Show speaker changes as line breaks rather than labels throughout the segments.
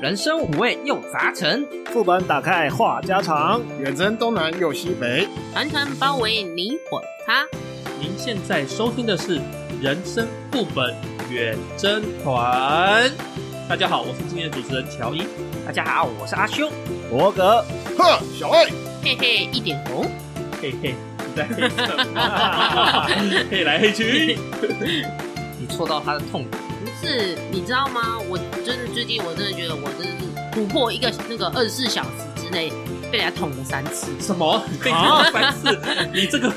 人生五味又杂陈，
副本打开话家常，
远征东南又西北，
团团包围你我他。
您现在收听的是《人生副本远征团》。大家好，我是今天的主持人乔伊。
大家好，我是阿修。
伯格
呵，小爱，
嘿嘿，一点红。
嘿嘿，你在黑什么黑来黑去。
你戳到他的痛点，
不是，你知道吗？我真的最近，我真的觉得我真的是突破一个那个二十四小时之内被人家捅了三 次。
什么？被捅三次？你这个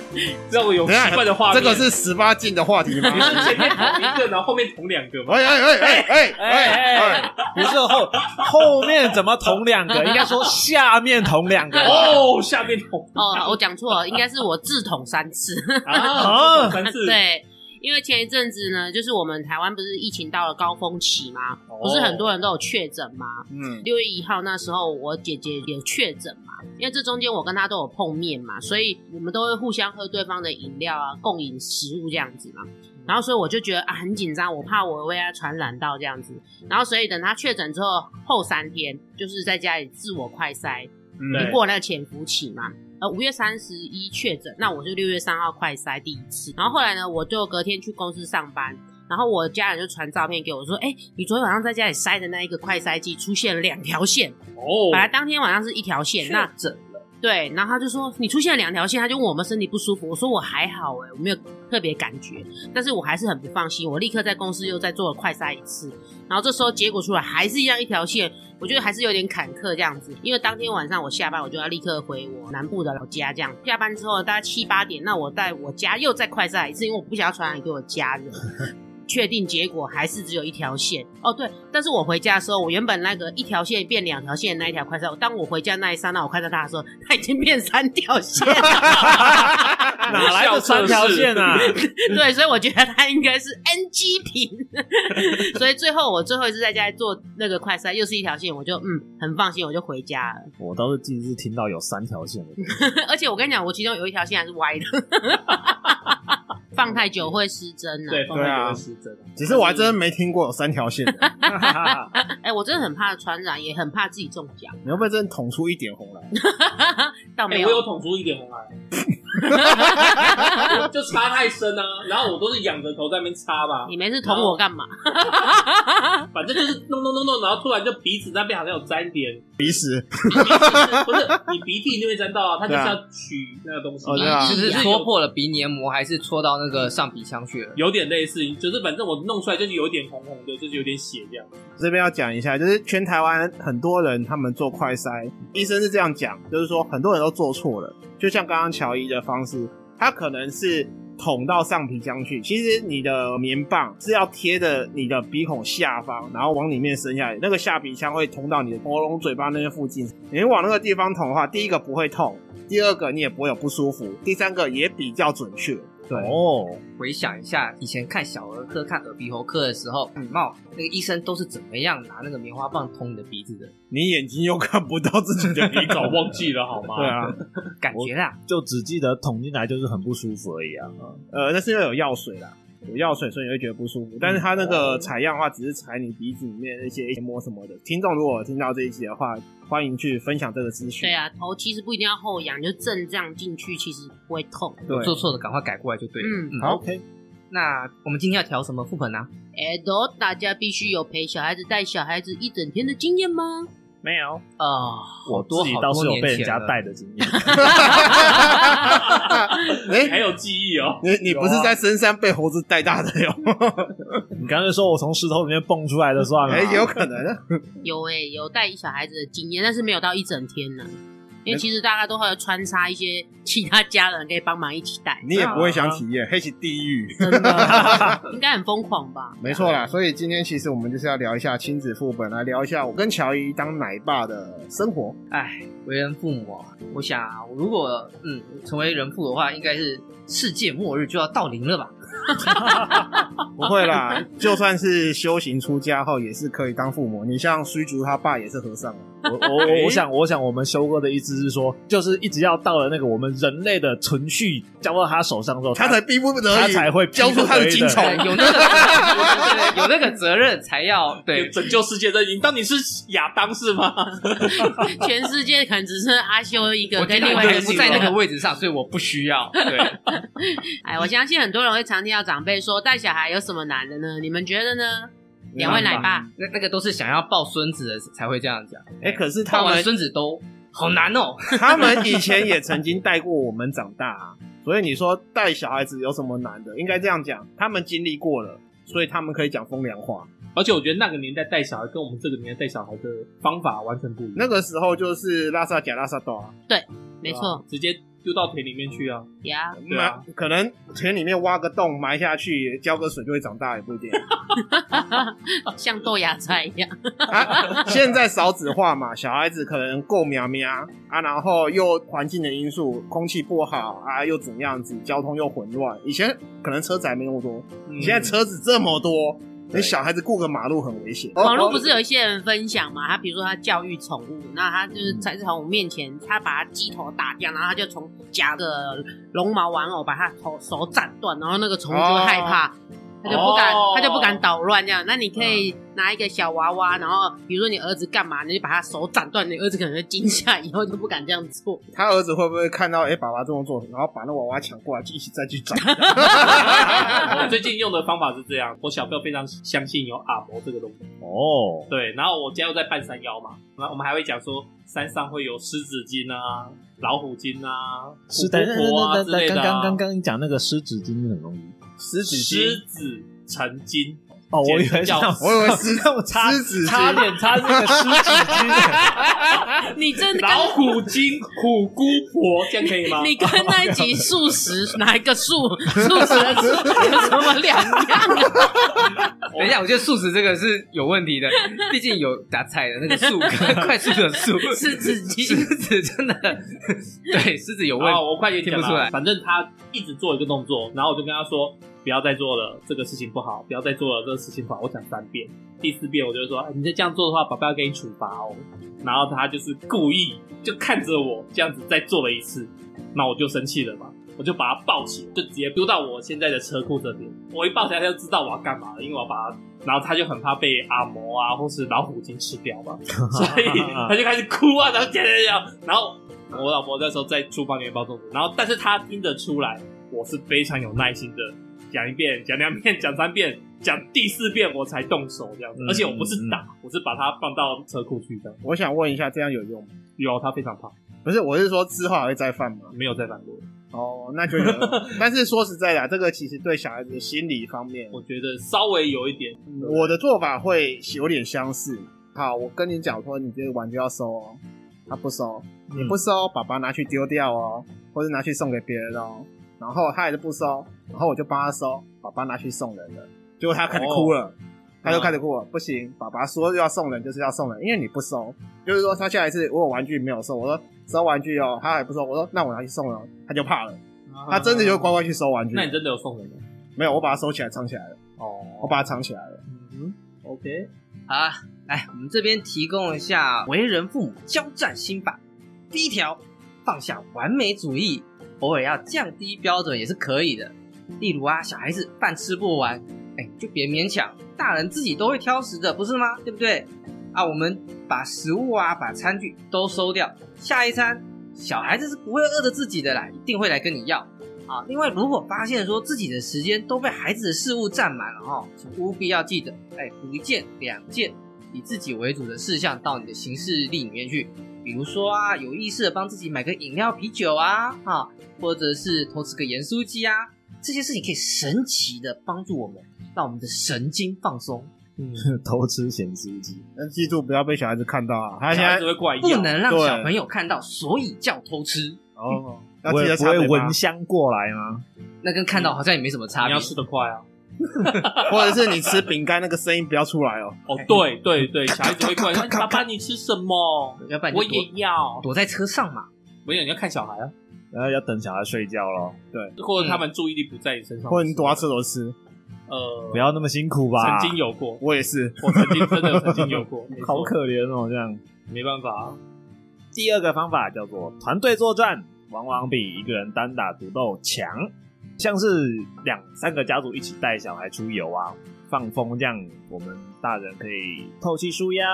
让我有奇怪的画
这
面。
个是十八禁的话题吗
你？是前面捅一个，然后后面捅两个吗？
哎哎哎哎哎哎哎！
不是后后面怎么捅两个？应该说下面捅两个
哦，下面捅
哦，我讲错了，应该是我自捅三次。
啊，捅三 次。
对，因为前一阵子呢，就是我们台湾不是疫情到了高峰期吗？不
哦
是很多人都有确诊吗？
嗯，
六月一号那时候，我姐姐也确诊嘛，因为这中间我跟她都有碰面嘛，所以我们都会互相喝对方的饮料啊，共饮食物这样子嘛。然后所以我就觉得啊很紧张，我怕我被她传染到这样子。然后所以等她确诊之后后三天，就是在家里自我快筛，
对
你过那个潜伏期嘛。呃，五月三十一确诊，那我就六月三号快筛第一次。然后后来呢，我就隔天去公司上班，然后我家人就传照片给我说：“哎、你昨天晚上在家里筛的那一个快筛机出现了两条线，
哦
本来当天晚上是一条线，那
确诊
对，然后他就说你出现了两条线，他就问我们身体不舒服，我说我还好哎、我没有特别感觉，但是我还是很不放心，我立刻在公司又再做了快筛一次，然后这时候结果出来还是一样一条线，我觉得还是有点坎坷这样子，因为当天晚上我下班我就要立刻回我南部的老家，这样下班之后大概七八点，那我带我家又再快筛一次，因为我不想要传染给我家人。 确定结果还是只有一条线哦，对。但是我回家的时候，我原本那个一条线变两条线的那一条快筛，当我回家那一刹那，我看到它的时候，它已经变三条线了。
啊
哪来的三条线 啊？
对，所以我觉得它应该是 NG 品。 所以最后我最后一次在家里做那个快筛，又是一条线，我就嗯很放心，我就回家了。
我倒是第一次听到有三条线的，
而且我跟你讲，我其中有一条线还是歪的， 放太久会失真呢、
对，放
对
在
啊
有个失真。
只是我还真没听过有三条线的，
哎、我真的很怕传染，也很怕自己中奖，
你会不会真的捅出一点红来？
倒没
哎，
有。
我有捅出一点红来。就插太深啊，然后我都是仰着头在那边插嘛，
你没事捅我干嘛？
反正就是弄弄弄弄，然后突然就鼻子那边好像有沾点，
鼻屎，
不是你鼻涕就会沾到啊，它就是要取那个东西，
哦对啊
是不是
就是
戳
有
破了鼻黏膜，还是戳到那个上鼻腔去了？
有点类似，就是反正我弄出来就是有点红红的，就是有点血这样。
这边要讲一下，就是全台湾很多人他们做快筛，医生是这样讲，就是说很多人都做错了，就像刚刚乔伊的方式，他可能是捅到上皮腔去，其实你的棉棒是要贴着你的鼻孔下方，然后往里面伸下来，那个下鼻腔会捅到你的喉咙、嘴巴那边附近，哎你往那个地方捅的话，第一个不会痛，第二个你也不会有不舒服，第三个也比较准确。对
哦，
回想一下以前看小儿科、看耳鼻喉科的时候，感冒那个医生都是怎么样拿那个棉花棒通你的鼻子的？
你眼睛又看不到自己的鼻
你早忘记了好吗？
对，啊，
感觉啦，
就只记得捅进来就是很不舒服而已啊。
呃，那是因为有药水啦，有药水，所以你会觉得不舒服。但是它那个采样的话，只是采你鼻子里面那些黏膜什么的。听众如果有听到这一集的话，欢迎去分享这个资讯。
对，啊，头其实不一定要后仰，你就正这样进去，其实不会痛。
对，
做错的赶快改过来就对了。
嗯
好，OK，
那我们今天要调什么副本呢、
哎，都大家必须有陪小孩子带小孩子一整天的经验吗？
没有，
啊？
我
多
自己
好
倒
多
是有
年
被人
前
家
了
带的经验，
你 还
哎、
有记忆哦。
你你不是在深山被猴子带大的 哟？
你刚才说我从石头里面蹦出来的算了，
哎、有可能啊。
有哎、有带小孩子的经验，但是没有到一整天呢，
哎
因为其实大家都会穿插一些其他家人可以帮忙一起带，
你也不会想体验黑起地狱。
真的应该很疯狂吧？
没错啦，所以今天其实我们就是要聊一下亲子副本，来聊一下我跟乔伊当奶爸的生活。
哎，为人父母啊，我想啊，我如果嗯成为人父的话，应该是世界末日就要到临了吧？
不会啦，就算是修行出家后，也是可以当父母。你像虚竹他爸也是和尚啊，
我我我想，我想我们修哥的意思是说，就是一直要到了那个我们人类的存续交到他手上之后，
他才逼不得
他
已
才会
交出他的金
对
虫，
有那个 对有那个责任才要对
有拯救世界的你，当你是亚当是吗？
全世界可能只剩阿修一个
我
跟
跟
另
另
外
外
一
一个人
个人
不在那个。位置上，所以我不需 要。对，
哎，我相信很多人会常听到长辈说带小孩有什么难的呢？你们觉得呢？两位奶爸，
那那个都是想要抱孙子的才会这样讲。
哎、可是他
抱完
们
孙子都好难哦。
他们以前也曾经带过我们长大、啊，所以你说带小孩子有什么难的？应该这样讲，他们经历过了，所以他们可以讲风凉话。
而且我觉得那个年代带小孩跟我们这个年代带小孩的方法完全不一样。
那个时候就是拉萨假拉萨多啊，
没错，
直接丢到田里面去啊！
呀，
对啊
埋可能田里面挖个洞埋下去，浇个水就会长大，也不一定啊
像豆芽菜一样，
啊。 现在少子化嘛，小孩子可能够苗苗啊，然后又环境的因素，空气不好啊，又怎样子，交通又混乱。以前可能车子还没那么多，
嗯
现在 车子这么多，你小孩子过个马路很危险。
哦
哦
哦
网络不是有一些人分享嘛？他比如说他教育宠物，那他就是在宠物面前，他把他鸡头打掉，然后他就从夹个绒毛玩偶把他头手斩断，然后那个宠物就会害怕。他就不敢
哦嗯
他就不敢捣乱这样。那你可以拿一个小娃娃，然后比如说你儿子干嘛，你就把他手斩断，你儿子可能会惊吓，以后就不敢这样 做。
他儿子会不会看到哎、诶爸爸这么做，然后把那娃娃抢过来，就一起再去 找？
我最近用的方法是这样，我小朋友非常相信有阿伯这个东西。
哦，
对，然后我家又在半山腰嘛，然后我们还会讲说山上会有狮子精啊、老虎精啊、
是
虎
的，
姑婆啊之类的
刚
啊、
刚刚刚你讲那个湿纸巾是什么东西？
狮子精，
狮子成精，
哦，我以为是
叫
那种
我以为狮
那种插
狮子
差
精，
点插这个湿纸巾，
你真的
老虎精、虎姑婆，这样可 以吗？
你跟那一集素食哪一个素素食的素有什么两样？
等一下，我觉得素食这个是有问题的， 毕竟有打菜的那个素跟 快速的素，
是自己
狮子真的对狮子有问
然
题
后。我快点讲
听不出
了，
来
反正他一直做一个动作，然后我就跟他说不要再做了，这个事情不好，不要再做了，这个事情不好。我讲三遍，第四遍我就说、哎你再这样做的话，爸爸要给你处罚哦。然后他就是故意就看着我这样子再做了一次，那我就生气了嘛。我就把他抱起来，就直接丢到我现在的车库这边。我一抱起来，他就知道我要干嘛了，因为我要把他，然后他就很怕被阿嬷啊或是老虎精吃 掉嘛，所以他就开始哭啊，然后讲讲讲，然后我老婆那时候在厨房里面包粽子，然后但是她听得出来，我是非常有耐心的，讲一遍， 讲两遍，讲三遍，讲第四遍我才动手这样子，
嗯
而且我不是打，我是把它放到车库去的。
我想问一下，这样有用吗？
有，她非常怕，
不是，我是说之后还会再犯吗？
没有再反驳。
哦，那就有 用。但是说实在的，这个其实对小孩子的心理方面，
我觉得稍微有一点，
我的做法会有点相似。好，我跟你讲说，你这个玩具要收哦，他不收，你
嗯
不收，爸爸拿去丢掉哦，或者拿去送给别人哦。然后他还是不收，然后我就帮他收，爸爸拿去送人了。结果他开始哭
哦
了，他就开
嗯
始哭了，不行，爸爸说要送人就是要送人，因为你不收，就是说他下一次我有玩具没有收，我说收玩具哦，他还不收，我说那我拿去送人哦，他就怕了，他真的就乖。乖去收玩具。
那你真的有送人吗？
没有，我把它收起来藏起来了，我
哦，
把它藏起来了。
嗯哼，OK，
好啊，来，我们这边提供一下为人父母交战心法。第一条，放下完美主义，偶尔要降低标准也是可以的。例如啊，小孩子饭吃不完，哎，就别勉强，大人自己都会挑食的，不是吗？对不对？啊，我们把食物啊，把餐具都收掉，下一餐小孩子是不会饿着自己的啦，一定会来跟你要。啊，另外，如果发现说自己的时间都被孩子的事物占满了哈，请务必要记得，哎，补一件、两件以自己为主的事项到你的行事历里面去。比如说啊，有意识的帮自己买个饮料、啤酒啊，哈、或者是偷吃个盐酥鸡啊，这些事情可以神奇的帮助我们，让我们的神经放松，
偷吃咸酥鸡，
但记住不要被小孩子看到啊，他现
小孩
在
子会过来要
不能让
对
小朋友看到，所以叫偷吃。
哦，要
我
记
也
得
不
擦
会
嘴巴
闻，香过来吗？
那跟看到好像也没什么差
你
别
要。吃得快啊。
或者是你吃饼干那个声音不要出来哦。
哦，对对对，小孩子会过来说，爸爸你吃什么？
要不然你
我
就躲
也要。
躲在车上嘛。
没有，你要看小孩啊。
然后要等小孩睡觉咯，
或者他们注意力不在你身上，
或者你躲到厕所吃，
呃，
不要那么辛苦吧。
曾经有过，
我也是。
我曾经真的曾经有过，没错
好可怜哦，这样。
没办法啊，
第二个方法叫做团队作战，往往比一个人单打独斗强。像是两三个家族一起带小孩出游啊，放风这样，我们大人可以透气舒压，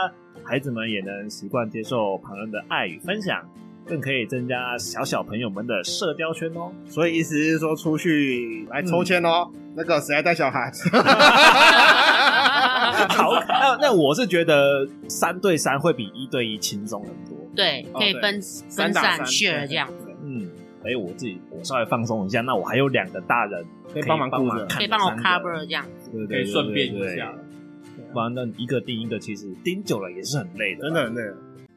孩子们也能习惯接受旁人的爱与分享，更可以增加小小朋友们的社交圈哦。
所以意思是说，出去来抽签哦，那个谁来带小孩？
啊
好，那那我是觉得三对三会比一对一轻松很多。
对，可以分 分
哦三打
散
三
share 这样，
嗯，哎、我自己我稍微放松一下，那我还有两个大人
可以帮忙顾着
看
可以帮我
着三个
cover 这样。
对对
可以顺便一。
对对
下
对。不然那你一个盯一个，其实盯久了也是很累的。
真的很累。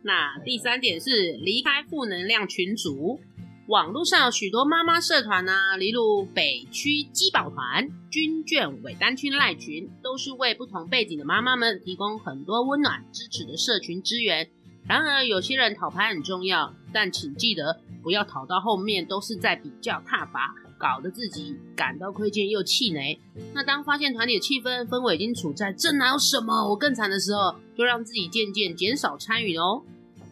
那第三点是离开负能量群组。网络上有许多妈妈社团啊，例如北区基宝团、军眷尾单群赖群，都是为不同背景的妈妈们提供很多温暖支持的社群资源。然而，有些人讨牌很重要，但请记得不要讨到后面都是在比较踏伐，搞得自己感到亏欠又气馁。那当发现团体的气氛氛围已经处在这哪有什么我更惨的时候，就让自己渐渐减少参与哦。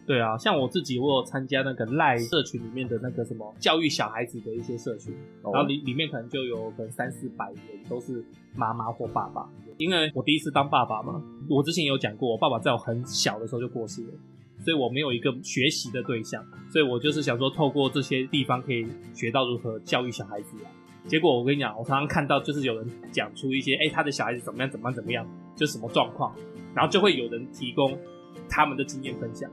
对啊，像我自己，我有参加那个赖社群里面的那个什么教育小孩子的一些社群，
哦
然后里里面可能就有可能三四百人都是妈妈或爸爸，因为我第一次当爸爸嘛，我之前有讲过，我爸爸在我很小的时候就过世了。所以我没有一个学习的对象，所以我就是想说，透过这些地方可以学到如何教育小孩子啊。结果我跟你讲，我常常看到就是有人讲出一些，哎、他的小孩子怎么样怎么样怎么样，就什么状况，然后就会有人提供他们的经验分享。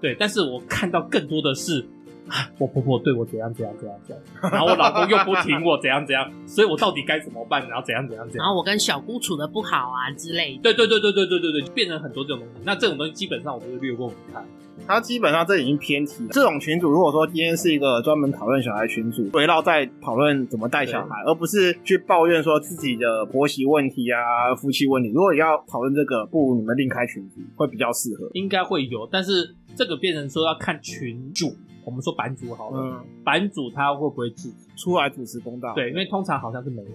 对，但是我看到更多的是，啊，我婆婆对我怎样怎样怎样怎样，然后我老公又不听我怎样怎样，所以我到底该怎么办？然后怎样怎样怎
然
样？
后我跟小姑处的不好啊之类的。
对对对对对对对对，就变成很多这种东西。那这种东西基本上我们就略过不看。
他基本上这已经偏题了。这种群组如果说今天是一个专门讨论小孩群组，围绕在讨论怎么带小孩，而不是去抱怨说自己的婆媳问题啊、夫妻问题。如果要讨论这个，不如你们另开群组会比较适合。
应该会有，但是这个变成说要看群主，我们说版主好了，
嗯，
版主他会不会制止？
出来主持公道。
对，因为通常好像是没有。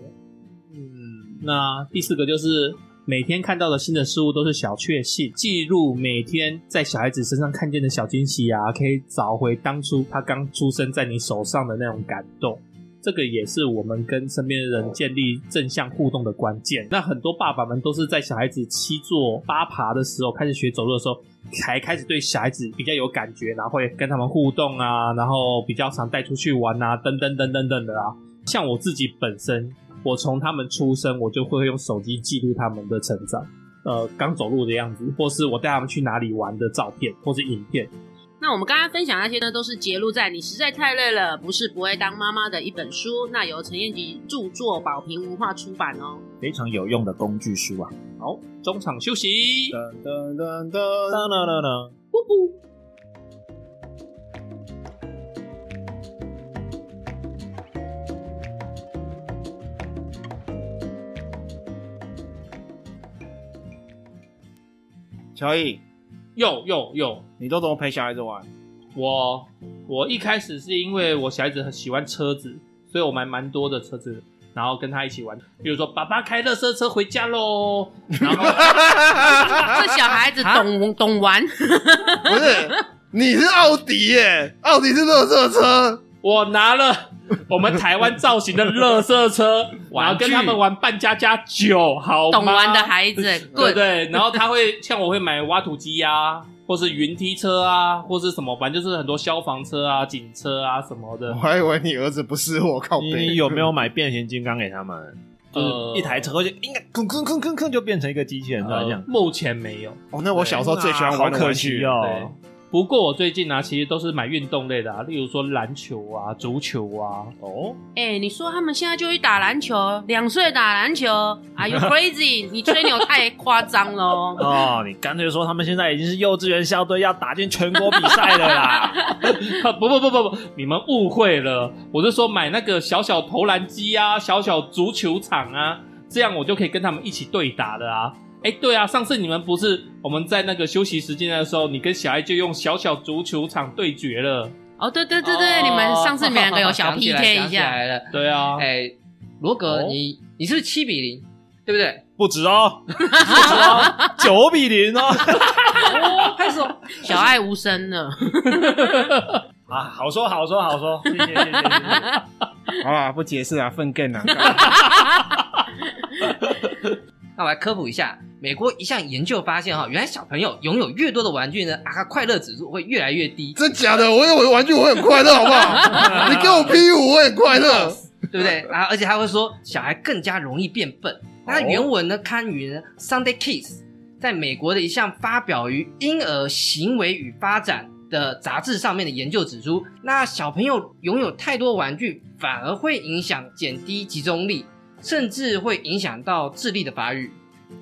嗯，那第四个就是每天看到的新的事物都是小确幸，记录每天在小孩子身上看见的小惊喜啊，可以找回当初他刚出生在你手上的那种感动。这个也是我们跟身边的人建立正向互动的关键。那很多爸爸们都是在小孩子七坐八爬的时候，开始学走路的时候，才开始对小孩子比较有感觉，然后会跟他们互动啊，然后比较常带出去玩啊，等等等等等的啊。像我自己本身，我从他们出生，我就会用手机记录他们的成长，呃，刚走路的样子，或是我带他们去哪里玩的照片，或是影片。
那我们刚刚分享那些呢，都是揭露在《你实在太累了，不是不会当妈妈》的一本书，那由陈彦吉著作宝瓶文化出版哦。
非常有用的工具书啊。
好，中场休息。
噔噔噔噔，
当当当当，
不不，
乔伊，
又又又，
你都怎么陪小孩子玩？
我我一开始是因为我小孩子很喜欢车子，所以我买蛮多的车子，然后跟他一起玩。比如说，爸爸开乐色车回家喽，然后。
这小孩子懂懂玩，
不是，你是奥迪耶，奥迪是热色车。
我 拿了我们台湾造型的乐色车，然后跟他们玩扮家家酒，好吗
懂玩的孩子，
对
对
不对？然后他会像我会买挖土机啊， 或是云梯车啊，或是什么，反正就是很多消防车啊、警车啊什么的
我。还以为你儿子不是我靠
你
北，
你有没有买变形金刚给他们？就是一台车就应该吭吭吭吭吭就变成一个机器人出来这样
呃呃。目前没有。
哦，那我小时候最喜欢
好
玩的
可
玩具
惜。
对
哦。，
不过我最近啊，其实都是买运动类的啊，例如说篮球啊、足球啊。
哦，
哎、你说他们现在就去打篮球，两岁打篮球，Are you crazy？你吹牛太夸张了哦。
哦，你干脆说他们现在已经是幼稚园校队，要打进全国比赛了啦。
不不不不不，你们误会了，我是说买那个小小投篮机啊，小小足球场啊，这样我就可以跟他们一起对打的啊。哎，对啊，上次你们不是我们在那个休息时间的时候，你跟小爱就用小小足球场对决了。
哦，对对对对，你们上次你们两个 有小 PK 一下，
哦来了。
对啊，
哎，罗格，你你是七比零，对不对？
不止哦，不止哦，九比零哦，
开始哦
小爱无声了。
啊，好说好说好说，谢谢谢谢谢谢。
好啦，不解释啊，粪更 难。
那我来科普一下，美国一项研究发现哈，原来小朋友拥有越多的玩具呢，啊，他快乐指数会越来越低，
真假的？我有我的玩具，我很快乐，好不 好？你给我 P 五，我很快乐。
对不对？啊，而且他会说小孩更加容易变笨。那原文呢，刊于呢《Sunday Kids》在美国的一项发表于《婴儿行为与发展》的杂志上面的研究指出，那小朋友拥有太多玩具，反而会影响减低集中力，甚至会影响到智力的发育。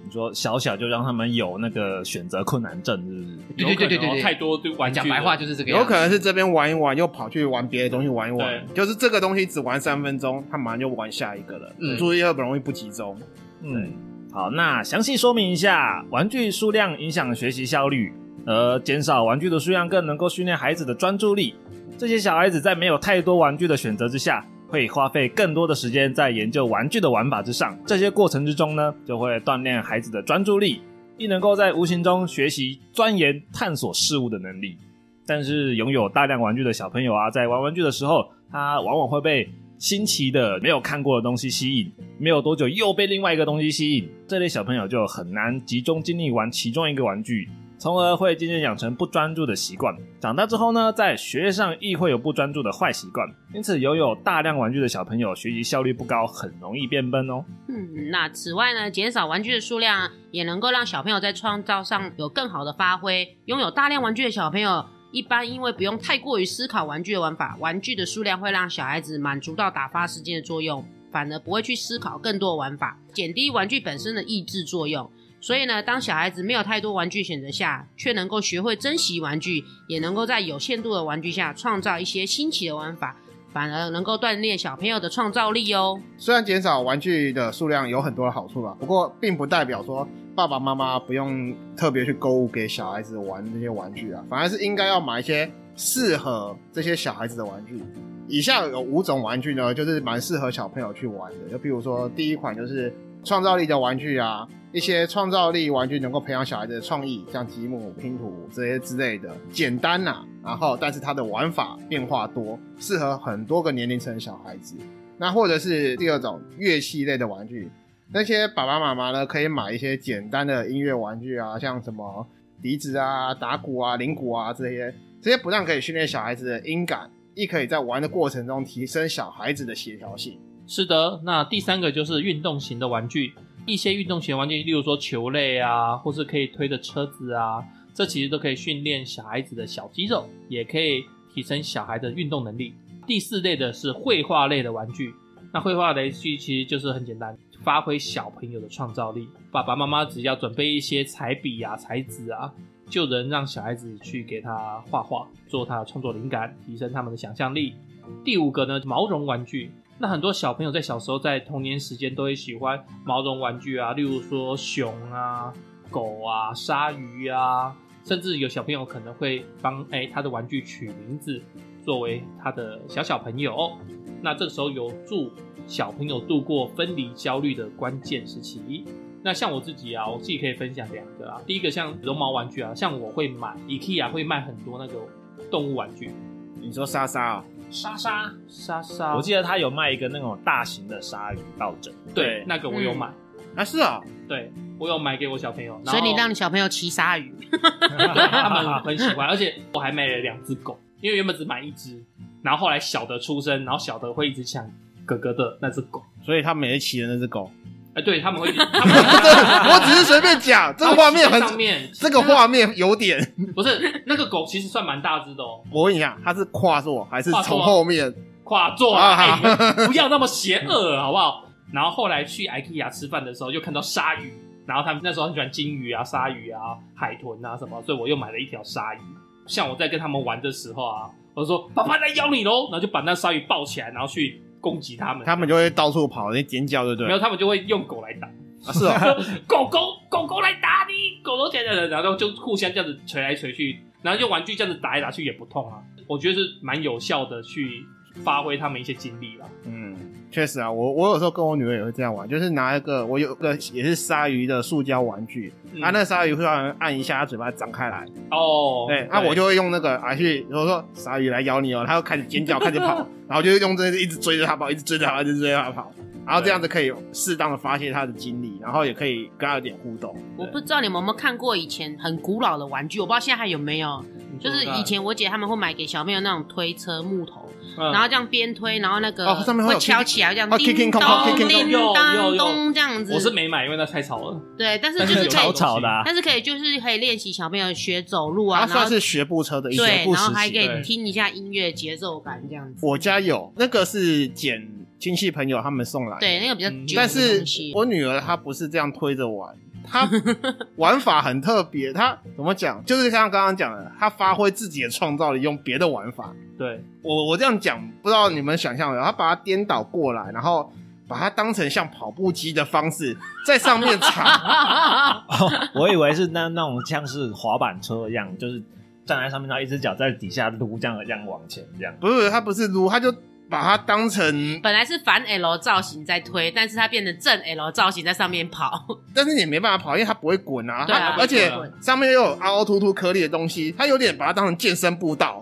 你说小小就让他们有那个选择困难症，是不是？
对对对对对
有可能
对，
哦太多对玩具
讲
了
白话就是这个样
有
子，
可能是这边玩一玩，又跑去玩别的东西玩一玩，就是这个东西只玩三分钟，他马上就玩下一个了，
嗯
注意力很容易不集中。
嗯，好，那详细说明一下，玩具数量影响学习效率，而减少玩具的数量更能够训练孩子的专注力。这些小孩子在没有太多玩具的选择之下，会花费更多的时间在研究玩具的玩法之上。这些过程之中呢，就会锻炼孩子的专注力，亦能够在无形中学习钻研探索事物的能力。但是拥有大量玩具的小朋友啊，在玩玩具的时候，他往往会被新奇的、没有看过的东西吸引，没有多久又被另外一个东西吸引，这类小朋友就很难集中精力玩其中一个玩具，从而会渐渐养成不专注的习惯。长大之后呢，在学业上亦会有不专注的坏习惯，因此拥有大量玩具的小朋友学习效率不高，很容易变笨哦。
嗯，那此外呢，减少玩具的数量也能够让小朋友在创造上有更好的发挥。拥有大量玩具的小朋友，一般因为不用太过于思考玩具的玩法，玩具的数量会让小孩子满足到打发时间的作用，反而不会去思考更多的玩法，减低玩具本身的抑制作用。所以呢，当小孩子没有太多玩具选择下，却能够学会珍惜玩具，也能够在有限度的玩具下创造一些新奇的玩法，反而能够锻炼小朋友的创造力哦。
虽然减少玩具的数量有很多的好处啦，不过并不代表说爸爸妈妈不用特别去购物给小孩子玩这些玩具啊，反而是应该要买一些适合这些小孩子的玩具。以下有五种玩具呢，就是蛮适合小朋友去玩的，就比如说第一款就是创造力的玩具啊，一些创造力玩具能够培养小孩子的创意，像积木、拼图这些之类的，简单呐、然后但是它的玩法变化多，适合很多个年龄层的小孩子。那或者是第二种乐器类的玩具，那些爸爸妈妈呢可以买一些简单的音乐玩具啊，像什么笛子啊、打鼓啊、铃鼓啊这些，这些不但可以训练小孩子的音感，亦可以在玩的过程中提升小孩子的协调性。
是的，那第三个就是运动型的玩具，一些运动型的玩具，例如说球类啊，或是可以推的车子啊，这其实都可以训练小孩子的小肌肉，也可以提升小孩的运动能力。第四类的是绘画类的玩具，那绘画类具其实就是很简单，发挥小朋友的创造力。爸爸妈妈只要准备一些彩笔啊、彩纸啊，就能让小孩子去给他画画，做他的创作灵感，提升他们的想象力。第五个呢，毛绒玩具。那很多小朋友在小时候在童年时间都会喜欢毛绒玩具啊，例如说熊啊、狗啊、鲨鱼啊，甚至有小朋友可能会帮哎、他的玩具取名字，作为他的小小朋友。那这个时候有助小朋友度过分离焦虑的关键时期。那像我自己啊，我自己可以分享两个啊。第一个像绒毛玩具啊，像我会买 IKEA 会卖很多那个动物玩具，
你说莎莎啊、
莎莎莎莎，
我记得他有卖一个那种大型的鲨鱼抱枕，
对那个我有
嗯
买。
啊是啊、
对我有买给我小朋友，然
所
后
以你让你小朋友骑鲨鱼，
对 他们很喜欢，而且我还买了两只狗，因为原本只买一只，然后后来小的出生，然后小的会一直抢哥哥的那只狗，
所以他们也骑的那只 狗。
哎、对他们 会，他
这
们
我只是随便讲，这个画面
哦上
很，
面
这个画面有点。
不是那个狗其实算蛮大只的哦，
我问一下，它是跨坐还是
跨坐
从后面？
跨坐啊，
啊
哎你们不要那么邪恶好不好？然后后来去 IKEA 吃饭的时候，又看到鲨鱼，然后他们那时候很喜欢金鱼啊、鲨鱼啊、海豚啊什么，所以我又买了一条鲨鱼。像我在跟他们玩的时候啊，我就说爸爸来咬你喽，然后就把那鲨鱼抱起来，然后去攻击他们。
他们就会到处跑，那尖叫，对不
没
对？
有，他们就会用狗来 打，
啊是啊、
狗狗狗狗来打你，狗狗起来，然后就互相这样子捶来捶去，然后用玩具这样子打来打去也不痛啊。我觉得是蛮有效的去发挥他们一些精力啦。
嗯，确实啊，我我有时候跟我女儿也会这样玩，就是拿一个我有个也是鲨鱼的塑胶玩具，
嗯
啊，那鲨鱼会让人按一下，它嘴巴张开来，
哦，
对，那、哎啊我就会用那个啊去，我说鲨鱼来咬你哦，它就开始尖叫，开始 跑，然后就用这一直追着它跑，一直追着它，一直追着它跑，然后这样子可以适当的发泄它的精力，然后也可以跟它有点互动。
我不知道你们有没有看过以前很古老的玩具，我不知道现在还有没有。就是以前我姐他们会买给小朋友那种推车木头，
嗯，
然后这样边推，然后那个
哦上面会
会
有
敲起来，这样
啊
叮
kicking
咚
kong kong，kicking
叮
kong 有有
当
有
咚这样子。
我是没买，因为那太吵了。
对，但是
但
就是是
有
可
超
吵
以，
吵的、啊，
但是可以就是可以练习小朋友学走路啊，
它
然
算
后
是学步车的一种。
对，
步
然后
时
还
期
可
对
以听一下音乐节奏感这样子。
我家有那个是捡亲戚朋友他们送来的，
对，那个比较
嗯
久
但
的
是
东西
我女儿她不是这样推着玩，她 玩法很特别。她怎么讲？就是像刚刚讲的，她发挥自己的创造力，用别的玩法。
对，
我我这样讲，不知道你们想象没有？她把它颠倒过来，然后把它当成像跑步机的方式在上面 踩。
我以为是那那种像是滑板车一样，就是站在上面，然后一只脚在底下撸，这样这样往前这样。
不是，她不是撸，她就把它当成，
本来是反 L 造型在推，但是它变成正 L 造型在上面跑。
但是你没办法跑，因为它不会滚啊。
对啊
她而且
不会
上面又有凹凹凸凸颗粒的东西，她有点把它当成健身步 道，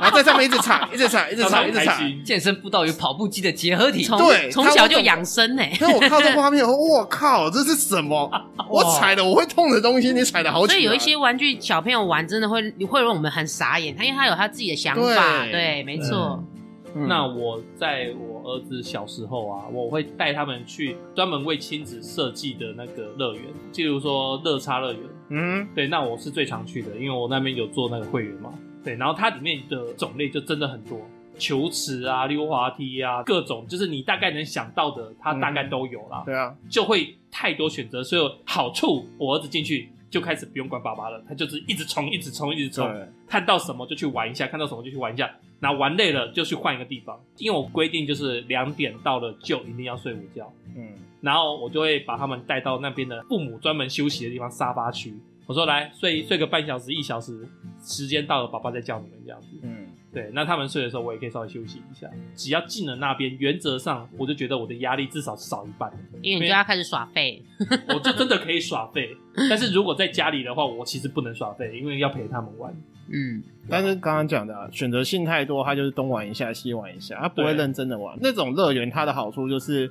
然后在上面一直踩，一直踩，一直
让他
踩，
们
一直
开
踩。
心。
健身步道与跑步机的结合体，
从
对
从
它
小
我
就
懂
养生欸呢、
因为我看到这画面，我我靠，这是什 么？我踩了我会痛的东西，你踩的好久啊。
所以有一些玩具小朋友玩真的会会让我们很傻眼，他因为他有他自己的想法，
对
对，没错，
嗯
那我在我儿子小时候啊，我会带他们去专门为亲子设计的那个乐园，譬如说乐叉乐园。
嗯，
对，那我是最常去的，因为我那边有做那个会员嘛。对，然后它里面的种类就真的很多，球池啊、溜滑梯啊，各种就是你大概能想到的，它大概都有啦，
对啊，
就会太多选择。所以好处，我儿子进去就开始不用管爸爸了，他就是一直冲，一直冲，一直冲。
对，
看到什么就去玩一下，看到什么就去玩一下，然后玩累了就去换一个地方。因为我规定就是两点到了就一定要睡午觉，
嗯，
然后我就会把他们带到那边的父母专门休息的地方沙发区。我说来睡睡个半小时一小时，时间到了，爸爸再叫你们这样子。
嗯，
对，那他们睡的时候我也可以稍微休息一下。只要进了那边，原则上我就觉得我的压力至少少一半，
因为你就要开始耍废，
我就真的可以耍废。但是如果在家里的话，我其实不能耍废，因为要陪他们 玩。
嗯，
但是刚刚讲的啊选择性太多，他就是东玩一下西玩一下，他不会
对
认真的玩。那种乐园它的好处就是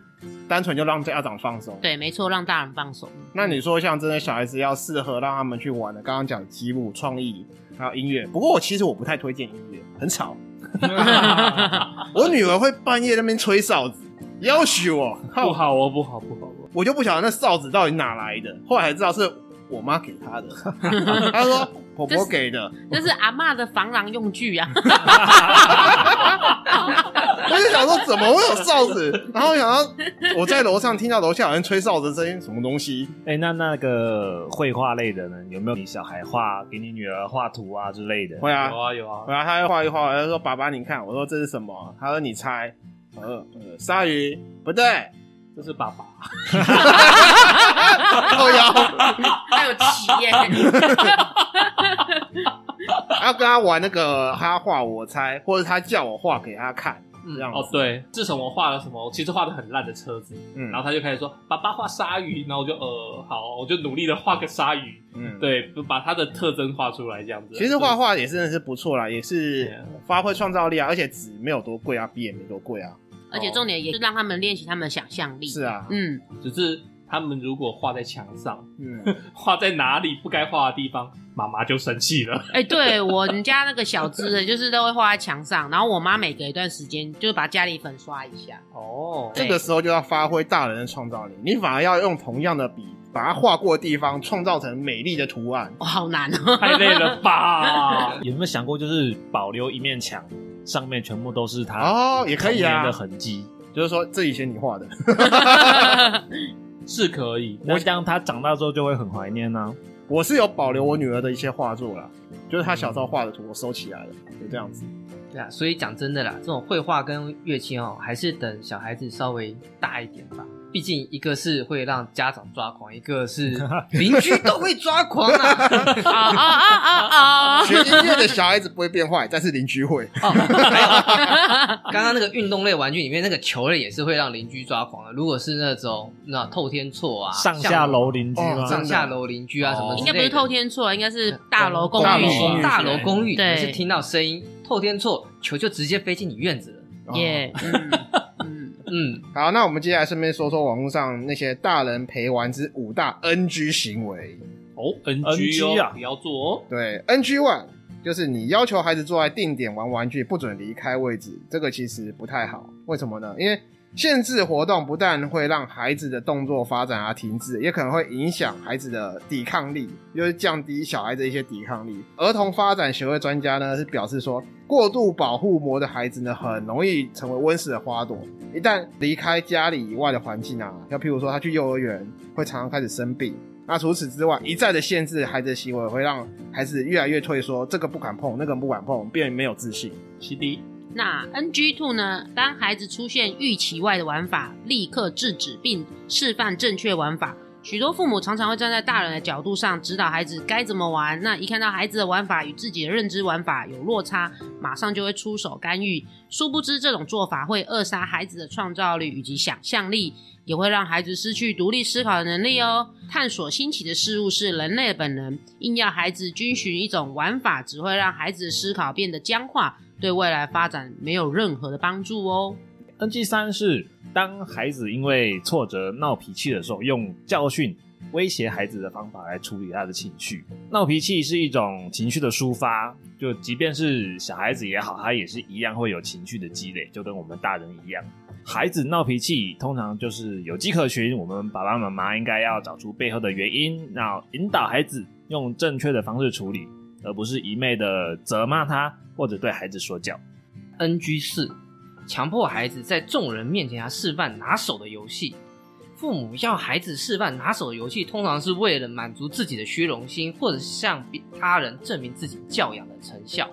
单纯就让家长放松。
对，没错，让大人放手。
那你说像真的小孩子要适合让他们去玩的，刚刚讲吉姆创意还有音乐，不过我其实我不太推荐音乐，很吵。
啊
我女儿会半夜那边吹哨子，要许 我，
不
靠
好哦，不好，不好哦。
我就不晓得那哨子到底哪来的，后来才知道是我妈给她的。她说婆婆给的，
这是阿嬷的防狼用具啊，
我就想说怎么会有哨子，然后想到我在楼上听到楼下有人吹哨子的声音，什么东西？
哎、那那个绘画类的呢？有没有你小孩画给你女儿画图啊之类的？
会啊
有，啊，有啊。
然后她又画一画，她说爸爸你看，我说这是什么？她说你猜，我说呃鲨鱼不对，
这是爸爸，
后腰，
还有旗 耶、
然后跟她玩那个她画我猜，或者她叫我画给她看，这样
哦，对，自从我画了什么，其实画的很烂的车子，
嗯
然后他就开始说爸爸画鲨鱼，然后我就呃好，我就努力的画个鲨鱼，
嗯。
对，就把它的特征画出来这样子。
其实画画也真的是不错啦，也是
Yeah
发挥创造力啊，而且纸没有多贵啊，笔也没多贵啊。
而且重点也是让他们练习他们的想象力。
是啊，
嗯，
只是他们如果画在墙上，
嗯，
画在哪里不该画的地方，妈妈就生气了。
哎、对 我们家那个小只的，就是都会画在墙上，然后我妈每隔一段时间就把家里粉刷一下。
哦
这个时候就要发挥大人的创造力，你反而要用同样的笔，把它画过的地方创造成美丽的图案。
哇，好 难哦、
哎太累了吧？
有没有想过，就是保留一面墙，上面全部都是他
哦，也可以
童年
啊
的，痕迹？
就是说这以前你画的，
是可以，
那这样他长大之后就会很怀念呢、啊
我是有保留我女儿的一些画作啦，就是她小时候画的图，我收起来了，就这样
嗯
子。
对啊，所以讲真的啦，这种绘画跟乐器哦，还是等小孩子稍微大一点吧。毕竟一个是会让家长抓狂，一个是邻居都会抓狂啊。
啊啊啊啊啊！
学音乐的小孩子不会变坏，但是邻居 会。
哦，还有刚刚那个运动类玩具里面那个球类也是会让邻居抓狂的。如果是那种那透天错啊，
上下
像
楼邻居
哦
吗？
上下楼邻居啊
哦
什么之
应
类
该
的，嗯
不是透天错，应该是大楼公
大楼
寓
公寓
大楼公寓，
对
你是听到声音，透天错，球就直接飞进你院子了。
耶。嗯嗯，
嗯，
哦好，那我们接下来顺便说说网络上那些大人陪玩之五大 NG 行为。
哦，NG 哦
NG 啊
不要做哦。
对，NG one 就是你要求孩子坐在定点玩玩具，不准离开位置，这个其实不太好。为什么呢？因为限制活动不但会让孩子的动作发展啊停滞，也可能会影响孩子的抵抗力，就是降低小孩的一些抵抗力。儿童发展协会专家呢是表示说，过度保护膜的孩子呢，很容易成为温室的花朵。一旦离开家里以外的环境啊，要譬如说他去幼儿园，会常常开始生病。那除此之外，一再的限制孩子的行为，会让孩子越来越退缩，这个不敢碰，那个不敢碰，变得没有自信。
C D
那 NG two 呢？当孩子出现预期外的玩法，立刻制止并示范正确玩法。许多父母常常会站在大人的角度上指导孩子该怎么玩，那一看到孩子的玩法与自己的认知玩法有落差，马上就会出手干预。殊不知，这种做法会扼杀孩子的创造力以及想象力，也会让孩子失去独立思考的能力哦。探索新奇的事物是人类的本能，硬要孩子遵循一种玩法，只会让孩子的思考变得僵化，对未来发展没有任何的帮助哦。
NG 三是当孩子因为挫折闹脾气的时候，用教训、威胁孩子的方法来处理他的情绪。闹脾气是一种情绪的抒发，就即便是小孩子也好，他也是一样会有情绪的积累，就跟我们大人一样。孩子闹脾气通常就是有迹可循，我们爸爸妈妈应该要找出背后的原因，那引导孩子用正确的方式处理，而不是一昧的责骂他或者对孩子说教。
NG 四，强迫孩子在众人面前他啊示范拿手的游戏。父母要孩子示范拿手的游戏，通常是为了满足自己的虚荣心，或者是向别他人证明自己教养的成效，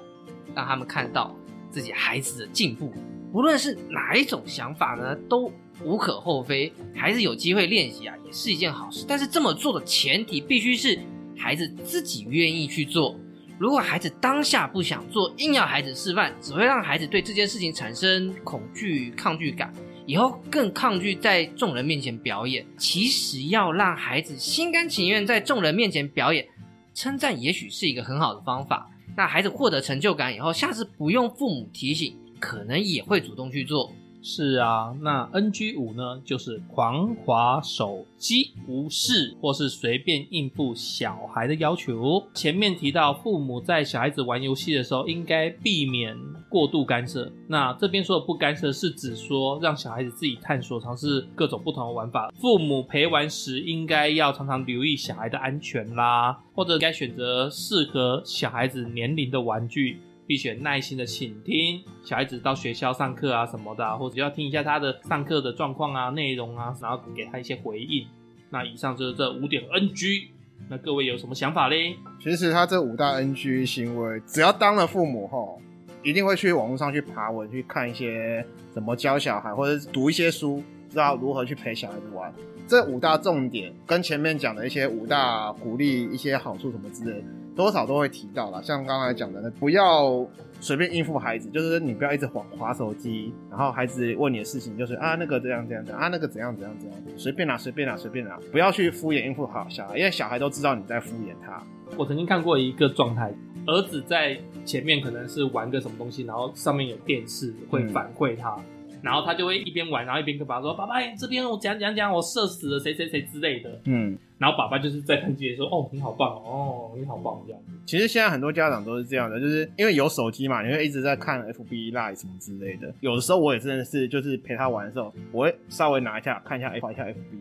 让他们看到自己孩子的进步。无论是哪一种想法呢，都无可厚非。孩子有机会练习啊，也是一件好事。但是这么做的前提必须是孩子自己愿意去做，如果孩子当下不想做，硬要孩子示范，只会让孩子对这件事情产生恐惧、抗拒感，以后更抗拒在众人面前表演。其实要让孩子心甘情愿在众人面前表演，称赞也许是一个很好的方法。那孩子获得成就感以后，下次不用父母提醒，可能也会主动去做。
是啊，那 NG 五呢，就是狂滑手机、无视或是随便应付小孩的要求。前面提到，父母在小孩子玩游戏的时候，应该避免过度干涉。那这边说的不干涉，是指说让小孩子自己探索、尝试各种不同的玩法。父母陪玩时，应该要常常留意小孩的安全啦，或者该选择适合小孩子年龄的玩具，必须耐心的倾听小孩子到学校上课啊什么的啊、或者要听一下他的上课的状况啊、内容啊，然后给他一些回应。那以上就是这五点 NG。那各位有什么想法嘞？
其实他这五大 NG 行为，只要当了父母后，一定会去网络上去爬文，去看一些怎么教小孩，或者是读一些书，知道如何去陪小孩子玩。这五大重点跟前面讲的一些五大鼓励、一些好处什么之类，多少都会提到啦。像刚才讲的，不要随便应付孩子，就是你不要一直划划手机，然后孩子问你的事情就是啊那个怎样怎样怎样啊那个怎样怎样怎样，随便啦随便啦随便啦，不要去敷衍应付好小孩，因为小孩都知道你在敷衍他。
我曾经看过一个状态，儿子在前面可能是玩个什么东西，然后上面有电视会反馈他，然后他就会一边玩，然后一边跟爸爸说：“爸爸，这边我讲讲讲，我射死了谁谁谁之类的。
嗯，”
然后爸爸就是在看自己说：“哦，你好棒哦，哦你好棒这样。
其实现在很多家长都是这样的，就是因为有手机嘛，你会一直在看 FB Live 什么之类的。有的时候我也真的是，就是陪他玩的时候，我会稍微拿一下看一下 F 一下 FB，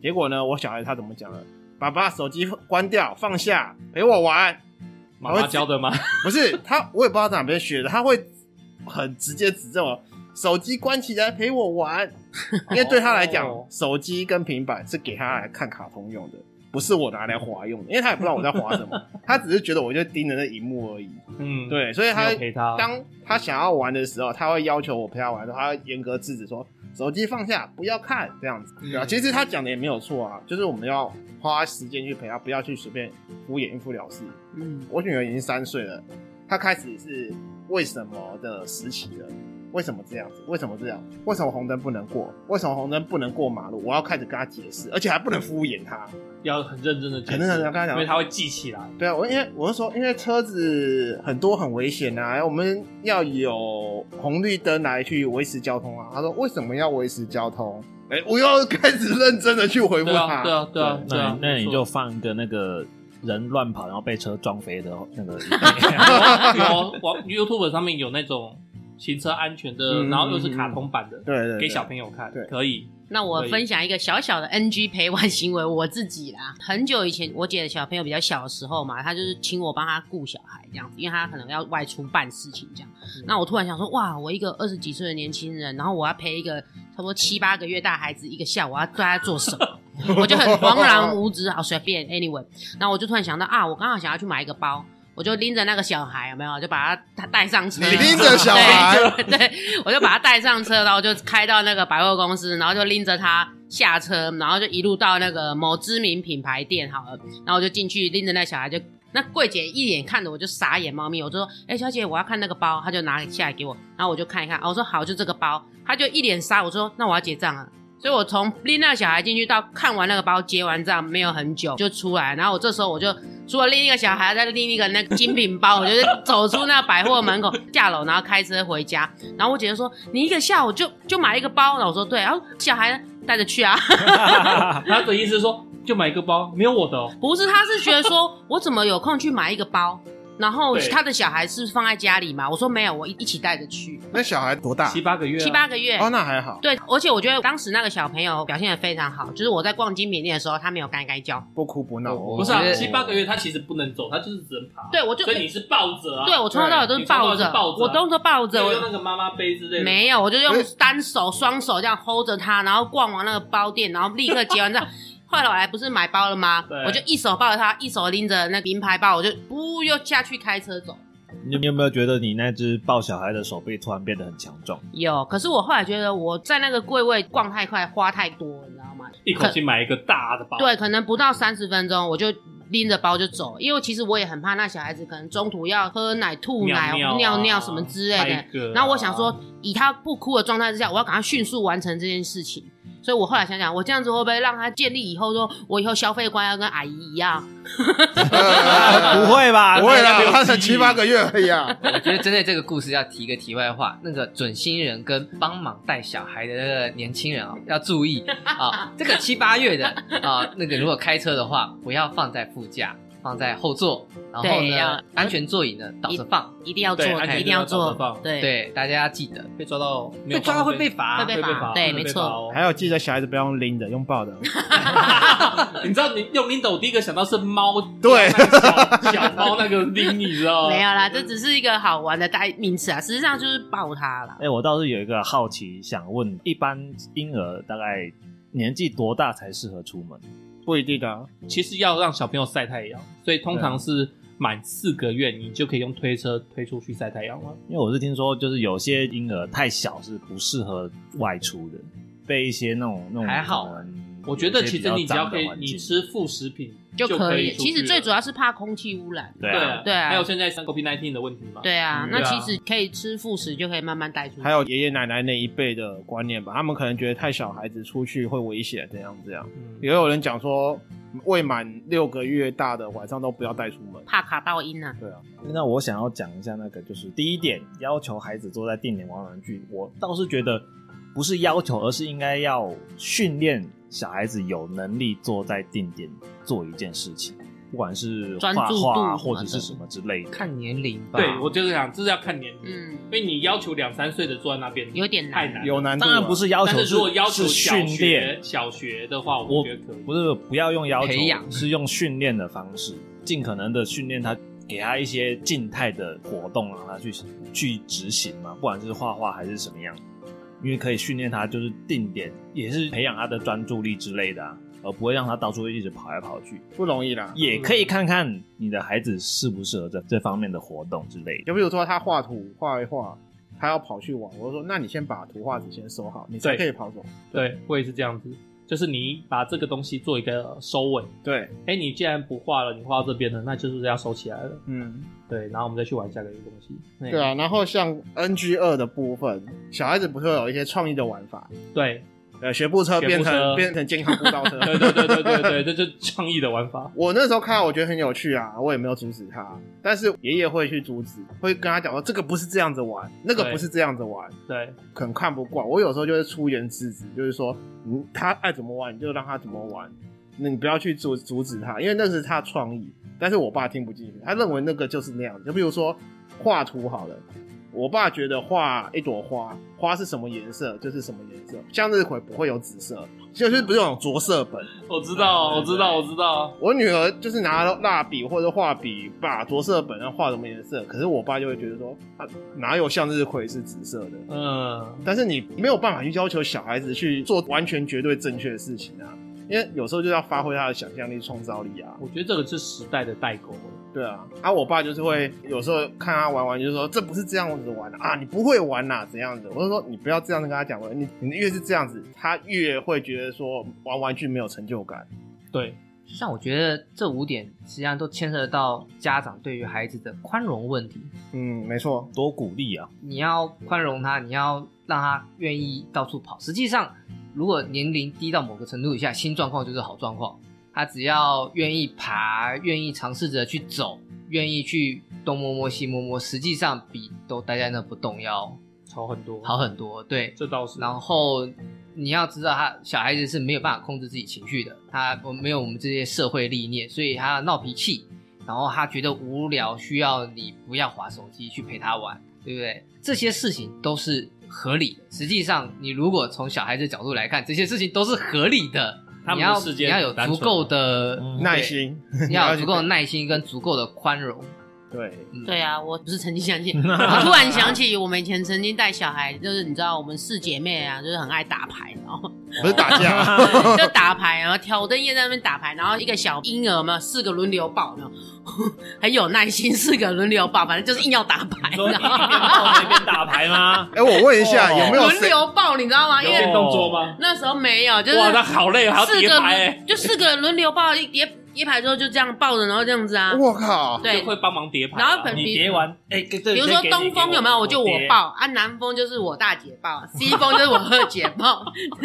结果呢，我小孩他怎么讲了？爸爸，手机关掉，放下，陪我玩。”
妈妈教的吗？
不是他，我也不知道哪边学的，他会很直接指正我，手机关起来陪我 玩，因为对他来讲
哦，
手机跟平板是给他来看卡通用的，不是我拿来滑用的，因为他也不知道我在滑 什么，他只是觉得我就盯着那荧幕而已。
嗯，，
对，所以
没
他
有陪他。
当他想要玩的时候，他会要求我陪他玩的时候，他会严格制止说手机放下，不要看这样子，对啊，
嗯
其实他讲的也没有错啊，就是我们要花时间去陪他，不要去随便敷衍应付了事。
嗯，
我女儿已经三岁了，她开始是为什么的时期了？为什么这样子？为什么这样？为什么红灯不能过？为什么红灯不能过马路？我要开始跟她解释，而且还不能敷衍她。
要很认真的，
很认真地跟他讲
因为他会记起来。
对啊，我因为我是说，因为车子很多很危险啊，我们要有红绿灯来去维持交通啊。
他说为什么要维持交通？哎、我又开始认真的去回复
对
他。
啊，对啊，对啊，对
那
啊
你，那你
没
就
错
放一个那个人乱跑然后被车撞飞的那个
有网 YouTube 上面有那种行车安全的，
嗯
然后又是卡通版的，
对对对
给小朋友看
对，
可以。
那我
可以
分享一个小小的 NG 陪玩行为，我自己啦。很久以前，我姐的小朋友比较小的时候嘛，她就是请我帮她顾小孩这样子，因为她可能要外出办事情这样。
嗯
那我突然想说，哇，我一个二十几岁的年轻人，然后我要陪一个差不多七八个月大孩子一个下午，我要对他做什么？ 我就很茫然无知，好随便，anyway。然后我就突然想到啊，我刚好想要去买一个包。我就拎着那个小孩，有没有？就把他他带上车。
你拎着小孩
对， 对，我就把他带上车，然后就开到那个百货公司，然后就拎着他下车，然后就一路到那个某知名品牌店好了，然后我就进去拎着那小孩就。那柜姐一眼看着我就傻眼猫咪，我就说：“哎、小姐，我要看那个包。”她就拿下来给我，然后我就看一看，啊，我说好，就这个包。她就一脸傻，我说：“那我要结账啊。”所以我从拎那个小孩进去到看完那个包结完账没有很久就出来，然后我这时候我就除了拎一个小孩，再拎一个那个精品包，我就是走出那百货门口下楼，然后开车回家。然后我姐就说：“你一个下午就就买一个包。”然后我说：“对。”然后小孩呢带着去啊，
他的意思是说，就买一个包，没有我的哦。
不是，他是觉得说我怎么有空去买一个包？然后
对
他的小孩是放在家里嘛？我说没有，我一一起带着去，
那小孩多大哦
七？八个月啊，
七八个月。
哦，那还好。
对，而且我觉得当时那个小朋友表现的非常好，就是我在逛精品店的时候，他没有干干叫，
不哭不闹，
我
不是啊
我觉，得
七八个月他其实不能走，他就是只能爬。
对我就
所以你是抱着啊，
对我从头到尾都是抱着
对你从头到尾是抱着啊，
我都是抱
对
着，
我
我
用那个妈妈杯之类的。
没有，我就用
哎
单手、双手这样 hold 着它，然后逛完那个包店，然后立刻结完 账。后来我来不是买包了吗
对？
我就一手抱着它，一手拎着那名牌包，我就不又下去开车走。
你你有没有觉得你那只抱小孩的手臂突然变得很强 壮？
有，可是我后来觉得我在那个柜位逛太快，花太多，你知道吗？
一口气买一个大的包。
对，可能不到三十分钟我就拎着包就走，因为其实我也很怕那小孩子可能中途要喝奶、吐奶、
尿啊
尿尿什么之类的
拍。嗝啊
然后我想说，以他不哭的状态之下，我要赶快迅速完成这件事情。所以我后来想想，我这样子会不会让他建立以后说，我以后消费观要跟阿姨一样？
不会吧？
不会
那
啦，
个
他才七八个月而已啊。
我觉得针对这个故事要提一个题外话，那个准新人跟帮忙带小孩的那个年轻人哦，要注意 啊、这个七八月的啊、那个如果开车的话，不要放在副驾，放在后座，然后
对要
呢，安全座椅呢倒着放。
一定要做
对安，全
一定要
真的要呃早
做
上，
对，
对，大家要记得，
被抓到，没有
被抓
包
会被罚，
会被罚对没错。
真的被罚 哦
还有记得小孩子不要用拎的，用抱的。
你知道你用拎斗，我第一个想到是猫，
对
那个小小猫那个拎，你知道吗？
没有啦，这只是一个好玩的代名词啊，实际上就是抱他啦。
哎、我倒是有一个好奇，想问，一般婴儿大概年纪多大才适合出门？
不一定的、啊，
其实要让小朋友晒太阳，所以通常是满四个月，你就可以用推车推出去晒太阳了。
因为我是听说，就是有些婴儿太小是不适合外出的，被一些那种那种
还好
可能
我觉得
有些
其
比
实
较
你只要
脏
可
的
以，
环
你
境
吃副食品
就可以
以。出去
其
了。
实最主要是怕空气污染。
对
对
啊，
对啊
还有现在三 COVID 1 9的问题嘛，
对啊
嗯，
那
对啊
其实可以吃副食就可以慢慢带出去。
还有爷爷奶奶那一辈的观念吧，他们可能觉得太小孩子出去会危险，怎样怎样。
嗯，
也有人讲说，未满六个月大的晚上都不要带出门。
怕卡到音啊，
那我想要讲一下那个，就是第一点，要求孩子坐在定点玩玩具，我倒是觉得不是要求，而是应该要训练小孩子有能力坐在定点做一件事情，不管是
专
画
注
画啊
度
或者
嘛
是
对
什么之类的。
看年龄吧。
对我就是想，这是要看年龄，
嗯，
因为你要求两三岁的坐在那边
有点
太
难
难了，
有难度、啊，
当然不是要求，
但是如果要求
是
小
训
学
练，
小学的话，
我
我觉得可以。
不是不要用要求
培，养
是用训练的方式，尽可能的训练他，给他一些静态的活动，让他去去执行嘛，不管是画画还是什么样，因为可以训练他就是定点，也是培养他的专注力之类的、啊，而不会让他到处一直跑来跑去。
不容易啦。
也可以看看你的孩子适不适合这这方面的活动之类的。
就比如说他画图画一画，他要跑去玩，我就说那你先把图画纸先收好，你才
对
可以跑走。
对我也是这样子，就是你把这个东西做一个收尾。
对，
哎，你既然不画了，你画到这边了，那就是要收起来了。
嗯，
对，然后我们再去玩下个东西。哎
对啊。然后像 NG 二的部分，小孩子不是会有一些创意的玩法，
对
呃，学步车
学步
变
车
成变成健康步道车，
对对对对对对，这就是创意的玩法。
我那时候看到我觉得很有趣啊，我也没有阻止他，但是爷爷会去阻止，会跟他讲说这个不是这样子玩，那个
对
不是这样子玩，
对
可能看不惯。我有时候就会出言制止，就是说，嗯，他爱怎么玩你就让他怎么玩，那你不要去阻阻止他，因为那是他的创意。但是我爸听不进去，他认为那个就是那样。就比如说画图好了，我爸觉得画一朵花，花是什么颜色就是什么颜色，向日葵不会有紫色，就是不是那种着色本。
我知道，我知道，我知道。
我女儿就是拿蜡笔或者画笔把着色本上画什么颜色，可是我爸就会觉得说，啊，哪有向日葵是紫色的？
嗯，
但是你没有办法去要求小孩子去做完全绝对正确的事情啊，因为有时候就要发挥他的想象力、创造力啊。
我觉得这个是时代的代沟。
对啊，啊，我爸就是会有时候看他玩玩，就是说这不是这样子玩的啊你不会玩呐、怎样子？我就说你不要这样子跟他讲，你你越是这样子，他越会觉得说玩玩具没有成就感。
对，
像我觉得这五点实际上都牵涉到家长对于孩子的宽容问题。
嗯，没错，
多鼓励啊，
你要宽容他，你要让他愿意到处跑。实际上，如果年龄低到某个程度以下，新状况就是好状况。他只要愿意爬，愿意尝试着去走，愿意去东摸摸西摸摸，实际上比都待在那不动要
吵很多。
好，很多。对，
这倒是。
然后你要知道他，小孩子是没有办法控制自己情绪的，他我没有我们这些社会历练，所以他闹脾气，然后他觉得无聊，需要你不要划手机去陪他玩，对不对？这些事情都是合理的。实际上，你如果从小孩子角度来看，这些事情都是合理的。
他
你
们的
要
世
你
界
要有
很单
足
纯
够 的
嗯
对
耐，心，
你要有足 够的耐心跟足够的宽容。
对，
嗯
对啊，我不是曾经 想起，我突然想起我们以前曾经带小孩，就是你知道我们四姐妹啊，就是很爱打牌，然后
不是打架啊。
对 就打牌，然后挑灯夜在那边打牌，然后一个小婴儿嘛，四个轮流抱，然后很有 耐心，四个轮流抱，反正就是硬要打 牌，
说一
然
边
后
抱一边打牌吗？
哎、我问一下，
哦
有没有
轮
谁？
流抱，你知道吗？ 因
有
为
电动桌吗？
那时候没有，就是
哇，那好累，还要
四
叠
个
牌哎，
轮就四个轮流抱一叠叠牌之后就这样抱着，然后这样子啊，
我靠！
对，
会帮忙叠牌啊。
然后本
你叠完，哎、对对
比如说东风有没有，我就我。
对
抱啊，南风就是我大姐抱，西风就是我二姐抱，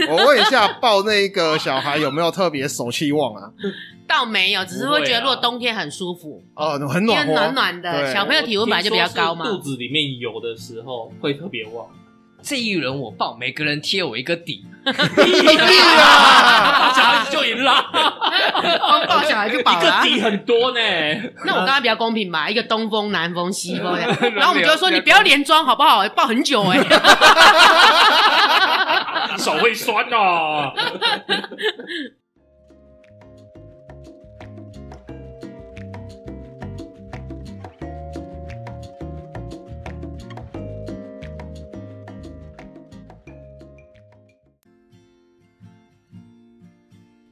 我问一下，抱那个小孩有没有特别手气旺啊？
倒没有，只是
不会
会觉得
啊
如果冬天很舒服，
哦，很
因为
暖和，
暖暖的，
对
小朋友体温本来就比较高嘛
我。听说是肚子里面有的时候会特别 旺，
这一轮我报，每个人贴我一个底，
啊
小孩子就赢了，
光 抱小孩就饱
一
了啊
个。底很多呢。
那我刚刚比较公平吧，一个东风、南风、西风， 然后我们
流
就说你不要连装好不好？抱很久哎，
手会酸哦。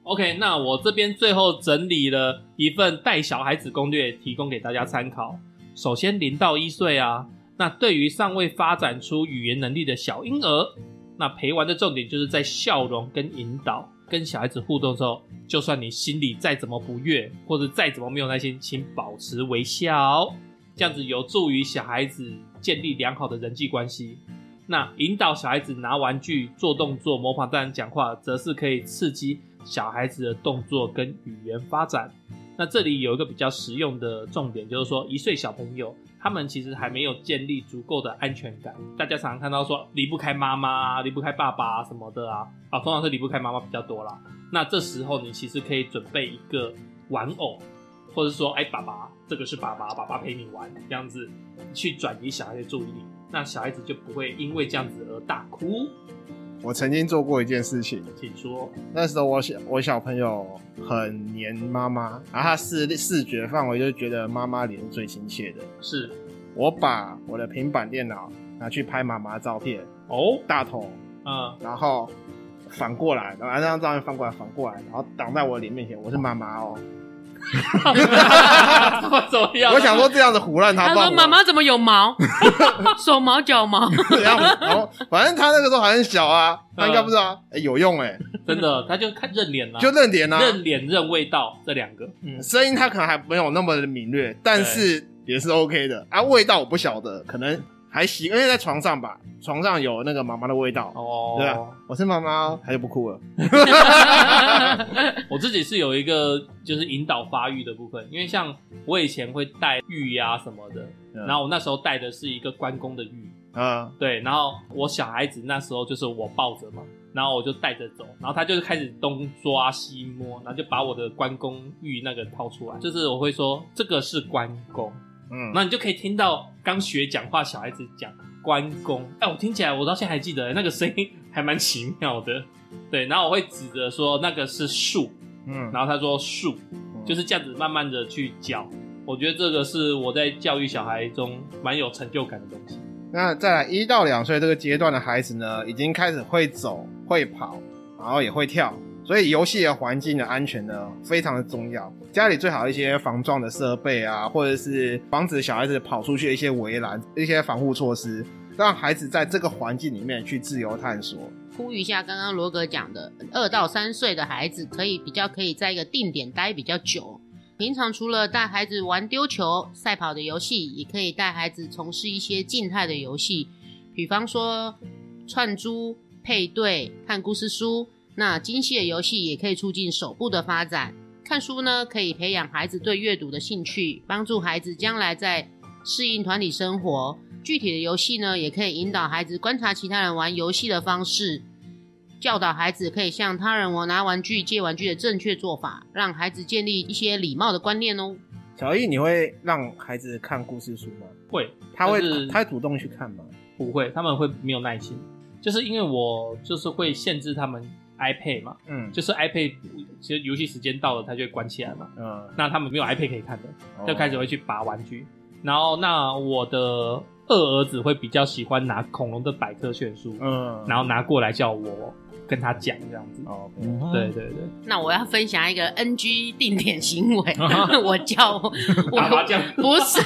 OK，那我这边最后整理了一份带小孩子攻略，提供给大家参考。首先，零到一岁啊，那对于尚未发展出语言能力的小婴儿，那陪玩的重点就是在笑容跟引导，跟小孩子互动的时候，就算你心里再怎么不悦，或者再怎么没有耐心，请保持微笑，这样子有助于小孩子建立良好的人际关系。那引导小孩子拿玩具、做动作、模仿大人讲话，则是可以刺激小孩子的动作跟语言发展。那这里有一个比较实用的重点，就是说一岁小朋友他们其实还没有建立足够的安全感。大家常常看到说离不开妈妈啊，离不开爸爸啊什么的啊，啊，通常是离不开妈妈比较多啦。那这时候你其实可以准备一个玩偶，或者说，哎，爸爸，这个是爸爸，爸爸陪你玩，这样子去转移小孩的注意力，那小孩子就不会因为这样子而大哭。
我曾经做过一件事情，
请说，
那时候我小我小朋友很黏妈妈，然后他视视觉范围就觉得妈妈脸是最亲切的。
是
我把我的平板电脑拿去拍妈妈的照片，
哦，
大头，
嗯，
然后反过来，然后让照片翻过来，反过来，然后挡在我脸面前，我是妈妈哦。
我怎么样？
我想说这样子胡乱他
他
抱我
说：“妈妈怎么有 毛？手毛脚毛？
这样，然后反正他那个时候还很小啊，他应该不知道、哎有用哎、
真的，他就看认 脸了，
就认脸啊，
认脸认味道这两个，嗯，
声音他可能还没有那么的敏锐，但是也是 OK 的啊。味道我不晓得，可能还行，因为在床上吧，床上有那个妈妈的味道。
哦，
对啊，我是妈妈哦，他就不哭了。
我自己是有一个就是引导发育的部分，因为像我以前会带玉呀、什么的，
嗯
然后我那时候带的是一个关公的玉，
啊，
对，然后我小孩子那时候就是我抱着嘛，然后我就带着走，然后他就是开始东抓西摸，然后就把我的关公玉那个掏出来，就是我会说这个是关公，
嗯，
那你就可以听到刚学讲话小孩子讲关公，哎、我听起来我到现在还记得那个声音还蛮奇妙的，对，然后我会指着说那个是树，
嗯，
然后他说树就是这样子慢慢的去教，我觉得这个是我在教育小孩中蛮有成就感的东西。
那再来一到两岁这个阶段的孩子呢，已经开始会走、会跑，然后也会跳，所以游戏的环境的安全呢非常的重要。家里最好一些防撞的设备啊，或者是防止小孩子跑出去的一些围栏、一些防护措施，让孩子在这个环境里面去自由探索。
呼吁一下，刚刚罗格讲的，二到三岁的孩子可以比较可以在一个定点待比较久。平常除了带孩子玩丢球、赛跑的游戏，也可以带孩子从事一些静态的游戏，比方说串珠、配对、看故事书。那精细的游戏也可以促进手部的发展。看书呢，可以培养孩子对阅读的兴趣，帮助孩子将来在适应团体生活。具体的游戏呢，也可以引导孩子观察其他人玩游戏的方式，教导孩子可以向他人玩拿玩具、借玩具的正确做法，让孩子建立一些礼貌的观念哦。
小易，你会让孩子看故事书吗？
会
他会
就是
他会主动去看吗？
不会？他们会没有耐心，就是因为我就是会限制他们 iPad 嘛，
嗯
就是 iPad 其实游戏时间到了，它就会关起来嘛。
嗯，
那他们没有 iPad 可以看的，
哦
就开始会去拔玩具。然后，那我的二儿子会比较喜欢拿恐龙的百科全书，
嗯，
然后拿过来叫我跟他讲这样子。
哦，
对对对，
那我要分享一个 NG 定点行为，我叫我
打 麻将
不是，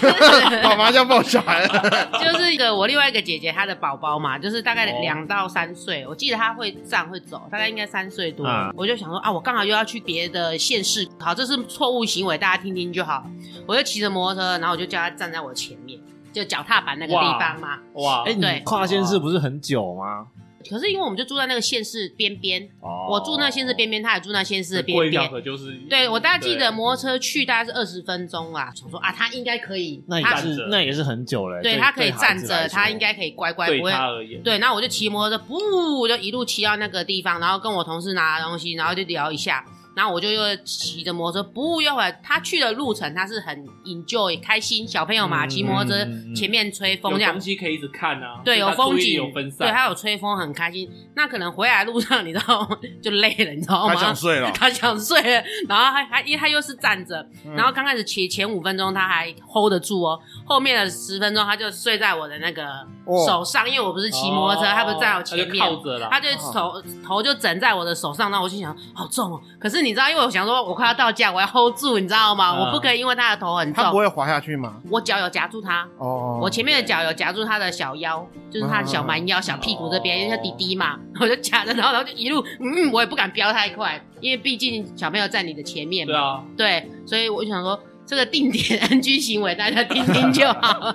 爸妈叫抱小孩了，
就是一个我另外一个姐姐她的宝宝嘛，就是大概
哦
两到三岁，我记得她会站会走，大概应该三岁多，
啊
我就想说啊，我刚好又要去别的县市，好，这是错误行为，大家听听就好。我就骑着摩托车，然后我就叫她站在我前面，就脚踏板那个地方嘛。
哇，
哎，
对
你跨县市不是很久吗？
可是因为我们就住在那个县市边边，
哦
我住那县市边边，她也住那县市的
过
边
一条
边。
河就是
对，我大概记得
对
摩托车去大概是二十分钟啦，想说啊，她应该可以，
那也
她
站
是
着
那也是很久了。
对
对
她可以
对孩
站
子
着，
来说
她应该可以乖乖，
对
不会
他而言，
对，然后我就骑摩托车，不，我就一路骑到那个地方，然后跟我同事拿东西，然后就聊一下，然后我就又骑着摩托车，不，又回来。他去的路程他是很 enjoy 开心，小朋友嘛，
嗯
骑摩托车
嗯嗯嗯
前面吹风
有
这样
东，西可以一直看啊，
对，
就
有
他注
风
意力
景，
有分散，
对，还有吹风，很开心。那可能回来路上，你知道吗 就累了，你知道吗？
他想睡
哦
了，
他想睡了，然后还还因为他又是站着，
嗯
然后刚开始骑前五分钟他还 hold 得住哦，后面的十分钟他就睡在我的那个
哦
手上，因为我不是骑摩托车，
哦
他不是在我
他就
前面，
靠着啊啦，
他就手头就枕在我的手上，然后我心想好重哦，可是你知道，因为我想说我快要到家，我要 hold 住，你知道吗？
嗯
我不可以因为他的头很
他不
重，
会滑下去吗？
我脚有夹住他，
哦，
我前面的脚有夹住他的小腰，就是他的小蛮
嗯
腰、小屁股这边，因为他弟弟嘛， 我就夹着，然后然后就一路，嗯，我也不敢飙太快，因为毕竟小朋友在你的前面
对
嘛，
啊，
对，所以我就想说这个定点 NG 行为，大家听听就好。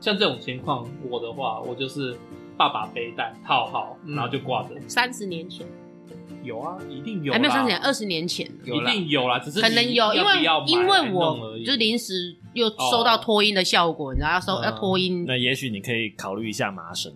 像这种情况，我的话，我就是爸爸背带套好，
嗯
然后就挂着。
三十年前，
有啊，一定有啦，
还没有三十年，二十年前呢。
有
一
啦
定有啦，只是
可能有，
你
因
要不
为
要买
因为
来弄
我
而已
就 临时又收到
哦
脱音的效果，你知道要收
嗯
要脱音，
那也许你可以考虑一下麻绳。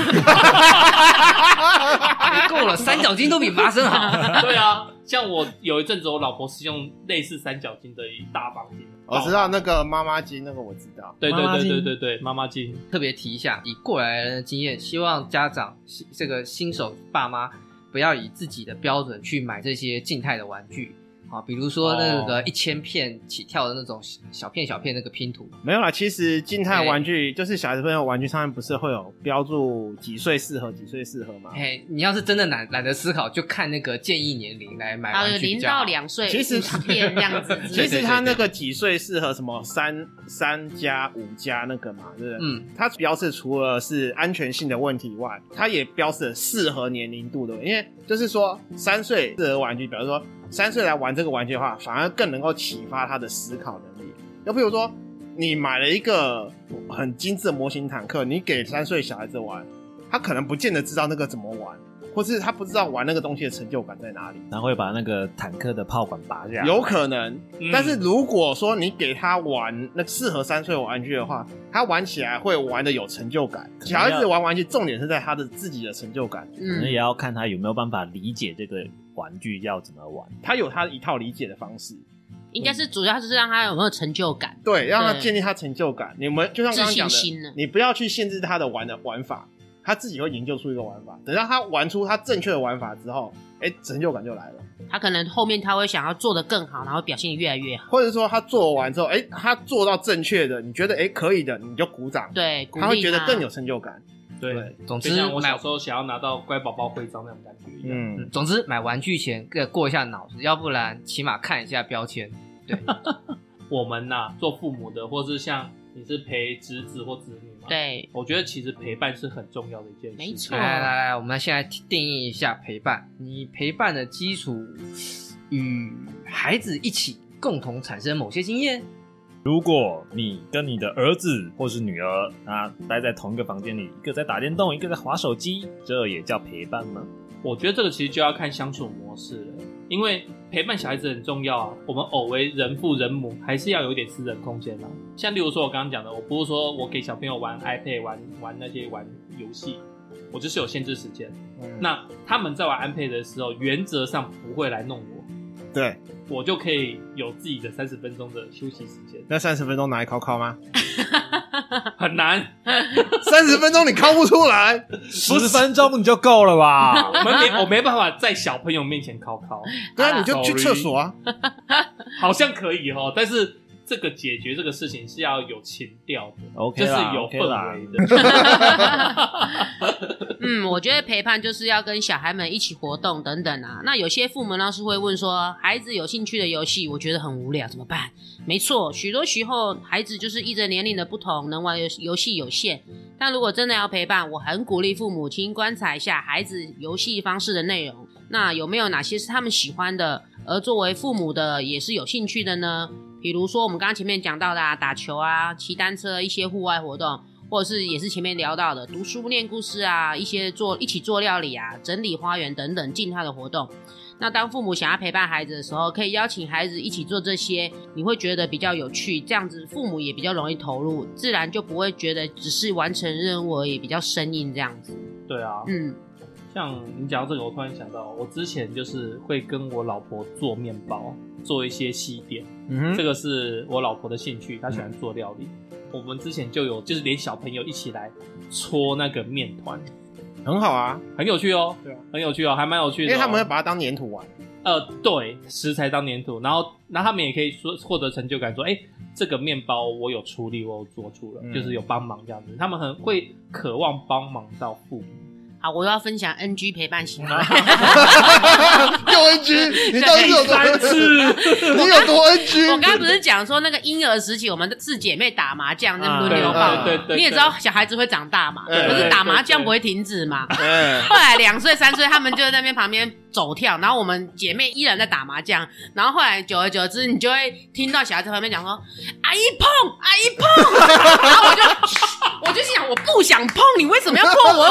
哎够了，三角巾都比麻绳好。
对啊，像我有一阵子，我老婆是用类似三角巾的一大方巾，
我哦知道那个妈妈鸡，那个我知道。
对对
妈妈
对
巾
对对对，妈妈巾，
特别提一下，以过来人的经验，希望家长新这个新手爸妈不要以自己的标准去买这些静态的玩具，好，比如说
哦
那个一千片起跳的那种小片小片那个拼图，
没有啦，其实静态玩
哎
具就是小孩朋友玩具上面不是会有标注几岁适合、几岁适合
哦
吗？
哎
嘿，你要是真的懒懒得思考，就看那个建议年龄来买
啊，
玩
有
具比
零
较好
到两岁，
其实
50片这样子之类
其
的，
实它那个几岁适合什么三三加五加那个嘛，对不对？
嗯，
它标示除了是安全性的问题以外，它也标示了适合年龄度的，因为就是说三岁适合玩具，比如说三岁来玩这个玩具的话，反而更能够启发他的思考能力。又比如说，你买了一个很精致的模型坦克，你给三岁小孩子玩，他可能不见得知道那个怎么玩，或是他不知道玩那个东西的成就感在哪里。
他会把那个坦克的炮管拔下来，
有可能，
嗯
嗯
但是如果说你给他玩那适合三岁玩具的话，他玩起来会玩的有成就感。
可能
小孩
要
子玩玩具，重点是在他的自己的成就感，
可能
嗯
也要看他有没有办法理解这个玩具要怎么玩。
他有他一套理解的方式，
应该是主要就是让他有没有成就感，
对，让他
对
建立他成就感。你们就像刚刚讲
自信心呢
的，你不要去限制他的玩的玩法，他自己会研究出一个玩法。等到他玩出他正确的玩法之后，哎，成就感就来了。
他可能后面他会想要做的更好，然后表现得越来越好，
或者说他做完之后，哎，他做到正确的，你觉得哎可以的，你就鼓掌，
对，鼓励
他会觉得更有成就感。
对
对，
总
就
之
像我
买
小时候想要拿到乖宝宝徽章那种感觉一样。
嗯
嗯，总之买玩具前呃过一下脑子，要不然起码看一下标签。
我们呐、做父母的，或是像你是陪侄子或侄女嘛，，
对，
我觉得其实陪伴是很重要的一件事。
没错
来来来来，我们现在定义一下陪伴。你陪伴的基础，与孩子一起共同产生某些经验。
如果你跟你的儿子或是女儿啊待在同一个房间里，一个在打电动，一个在划手机，这也叫陪伴吗？
我觉得这个其实就要看相处模式了，因为陪伴小孩子很重要啊。我们偶为人父人母，还是要有点私人空间啊。像例如说我刚刚讲的，我不是说我给小朋友玩 iPad 玩玩那些玩游戏，我就是有限制时间。
嗯
那他们在玩 iPad 的时候，原则上不会来弄我，
对，
我就可以有自己的三十分钟的休息时间，
那三十分钟拿来考考吗？
很难。
三十分钟你考不出 来，
十分钟你就够了吧？
我们没我没办法在小朋友面前考考，
对
好啦
啊，你就去厕所啊。
好像可以哦，但是这个解决这个事情是要有情调的
OK
就是
啦
有
OK 啦
氛围 的。
嗯，我觉得陪伴就是要跟小孩们一起活动等等啊。那有些父母呢是会问说，孩子有兴趣的游戏，我觉得很无聊，怎么办？没错，许多时候孩子就是依着年龄的不同，能玩游游戏有限。但如果真的要陪伴，我很鼓励父母亲观察一下孩子游戏方式的内容，那有没有哪些是他们喜欢的，而作为父母的也是有兴趣的呢？比如说我们刚刚前面讲到的、啊、打球啊、骑单车一些户外活动，或者是也是前面聊到的读书、念故事啊，一些做一起做料理啊、整理花园等等静态的活动。那当父母想要陪伴孩子的时候，可以邀请孩子一起做这些，你会觉得比较有趣，这样子父母也比较容易投入，自然就不会觉得只是完成任务而已，比较生硬这样子。
对啊，
嗯，
像你讲到这个，我突然想到，我之前就是会跟我老婆做面包，做一些西点，
嗯
这个是我老婆的兴趣，她喜欢做料理。我们之前就有，就是连小朋友一起来搓那个面团，
很好啊，
很有趣哦，
对啊，
很有趣哦，还蛮有趣
因
的哦、
为他们会把它当粘土玩。
呃，对，食材当粘土，然后，然后他们也可以说获得成就感，说，哎，这个面包我有出力，我有做出了，
嗯
就是有帮忙这样子，他们很会渴望帮忙到父母。
好，我又要分享 NG 陪伴型 了。
又 NG，你到底是有多 你有多 NG？
我刚刚不是讲说那个婴儿时期，我们的四姐妹打麻将，那
啊
轮流抱
对。对对对，
嗯你也知道小孩子会长大嘛，
对
可是
对
打
对
麻将
对
不会停止嘛。
哎
嗯，
后来两岁、三岁，他们就在那边旁边走跳，然后我们姐妹依然在打麻将。然后后来久而久之，你就会听到小孩在旁边讲说：“阿姨碰，阿姨碰。”然后我就我就心想，我不想碰，你为什么要碰我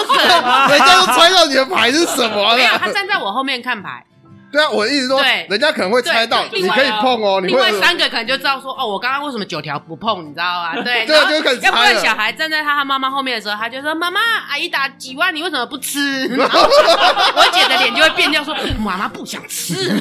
啊梗？
人家都猜到你的牌是什么
没有，他
了。
站在我后面看牌，
对啊，我一直说
对，
人家可能会猜到，
对
你可以碰哦，你
另
会
外三个可能就知道说：“哦，我刚刚为什么九条不碰？”你知道 吗？对，
对
然
啊，
后
就开始
要不
猜
然
了。
小孩站在他他妈妈后面的时候，他就说：“妈妈，阿姨打几万，你为什么不吃？”然后我姐的脸就会变掉，说：“妈妈不想吃。”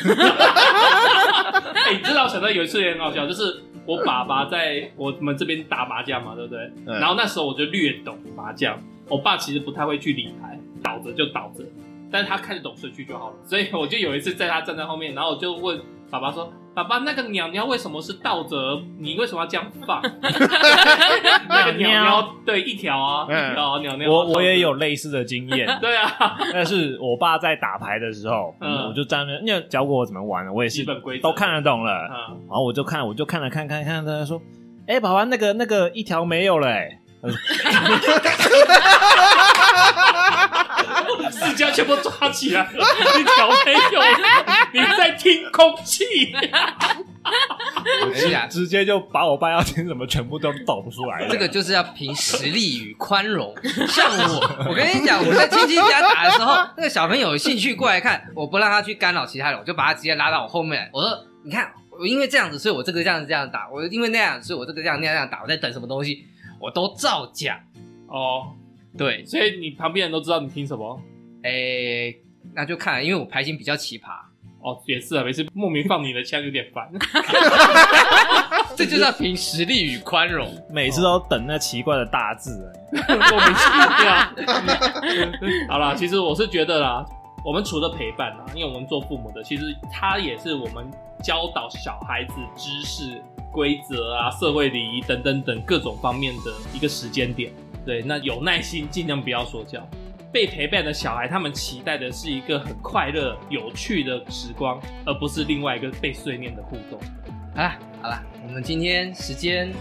哎，你知道我想到有一次也很好笑，就是我爸爸在我们这边打麻将嘛，对不对？
嗯
然后那时候我就略懂麻将，我爸其实不太会去理牌，倒着就倒着，但是他看得懂顺序就好了。所以我就有一次在他站在后面，然后我就问爸爸说：“爸爸，那个鸟鸟为什么是倒着？你为什么要这样 放？”那个鸟鸟对一条啊，
嗯
一条啊鸟鸟。
我我也有类似的经 验，
对啊，
但是我爸在打牌的时候，
嗯
我就站那，因为教过我怎么玩的，我也
基
是
本规则
都看得懂了，
嗯，
然后我就看，我就看了看看看，他说：“哎、爸爸，那个那个一条没有了、欸。”
四家全部抓起来了，一条没有，你在听空气。
是啊，
直接就把我爸要听什么全部都抖出来了。
这个就是要凭实力与宽容。像我，我跟你讲，我在亲戚家打的时候，那个小朋友有兴趣过来看，我不让他去干扰其他人，我就把他直接拉到我后面来。我说：“你看，我因为这样子，所以我这个这样子这样打；我因为那样，所以我这个这样那样那样打。我在等什么东西，我都照讲。
哦，
对，
所以你旁边人都知道你听什么。
诶、那就看，因为我排型比较奇葩，
哦，也是啊，每次莫名放你的枪有点烦。
这就是要凭实力与宽容。
每次都等那奇怪的大字、欸
莫名其妙。 好啦，其实我是觉得啦，我们除了陪伴啦，因为我们做父母的，其实他也是我们教导小孩子知识、规则啊、社会礼仪等等等各种方面的一个时间点。对，那有耐心，尽量不要说教。被陪伴的小孩，他们期待的是一个很快乐、有趣的时光，而不是另外一个被碎念的互动。
好啦，哎好啦，我们今天时间，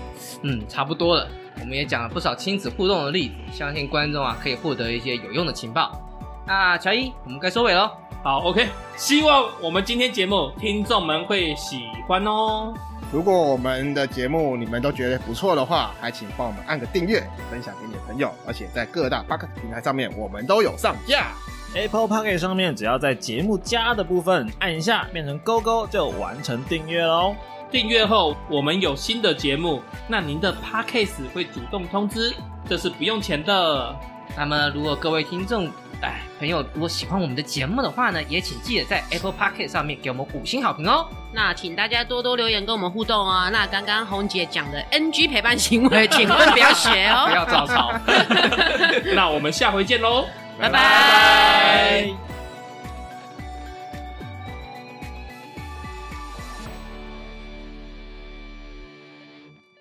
嗯，差不多了。我们也讲了不少亲子互动的例子，相信观众啊可以获得一些有用的情报。那乔伊，我们该收尾喽。
好，OK，希望我们今天节目听众们会喜欢哦。
如果我们的节目你们都觉得不错的话，还请帮我们按个订阅，分享给你的朋友，而且在各大 p o c k e t 平台上面我们都有上架。
Apple p o c k e t 上面只要在节目加的部分按一下，变成勾勾就完成订阅喽。
订阅后，我们有新的节目，那您的 podcast 会主动通知，这是不用钱的。
那么，如果各位听众哎朋友如果喜欢我们的节目的话呢，也请记得在 Apple p o c k e t 上面给我们五星好评哦。
那请大家多多留言跟我们互动哦。那刚刚红姐讲的 NG 陪伴行为，请各位不要学
不
哦。
要照抄。那我们下回见喽。
拜拜。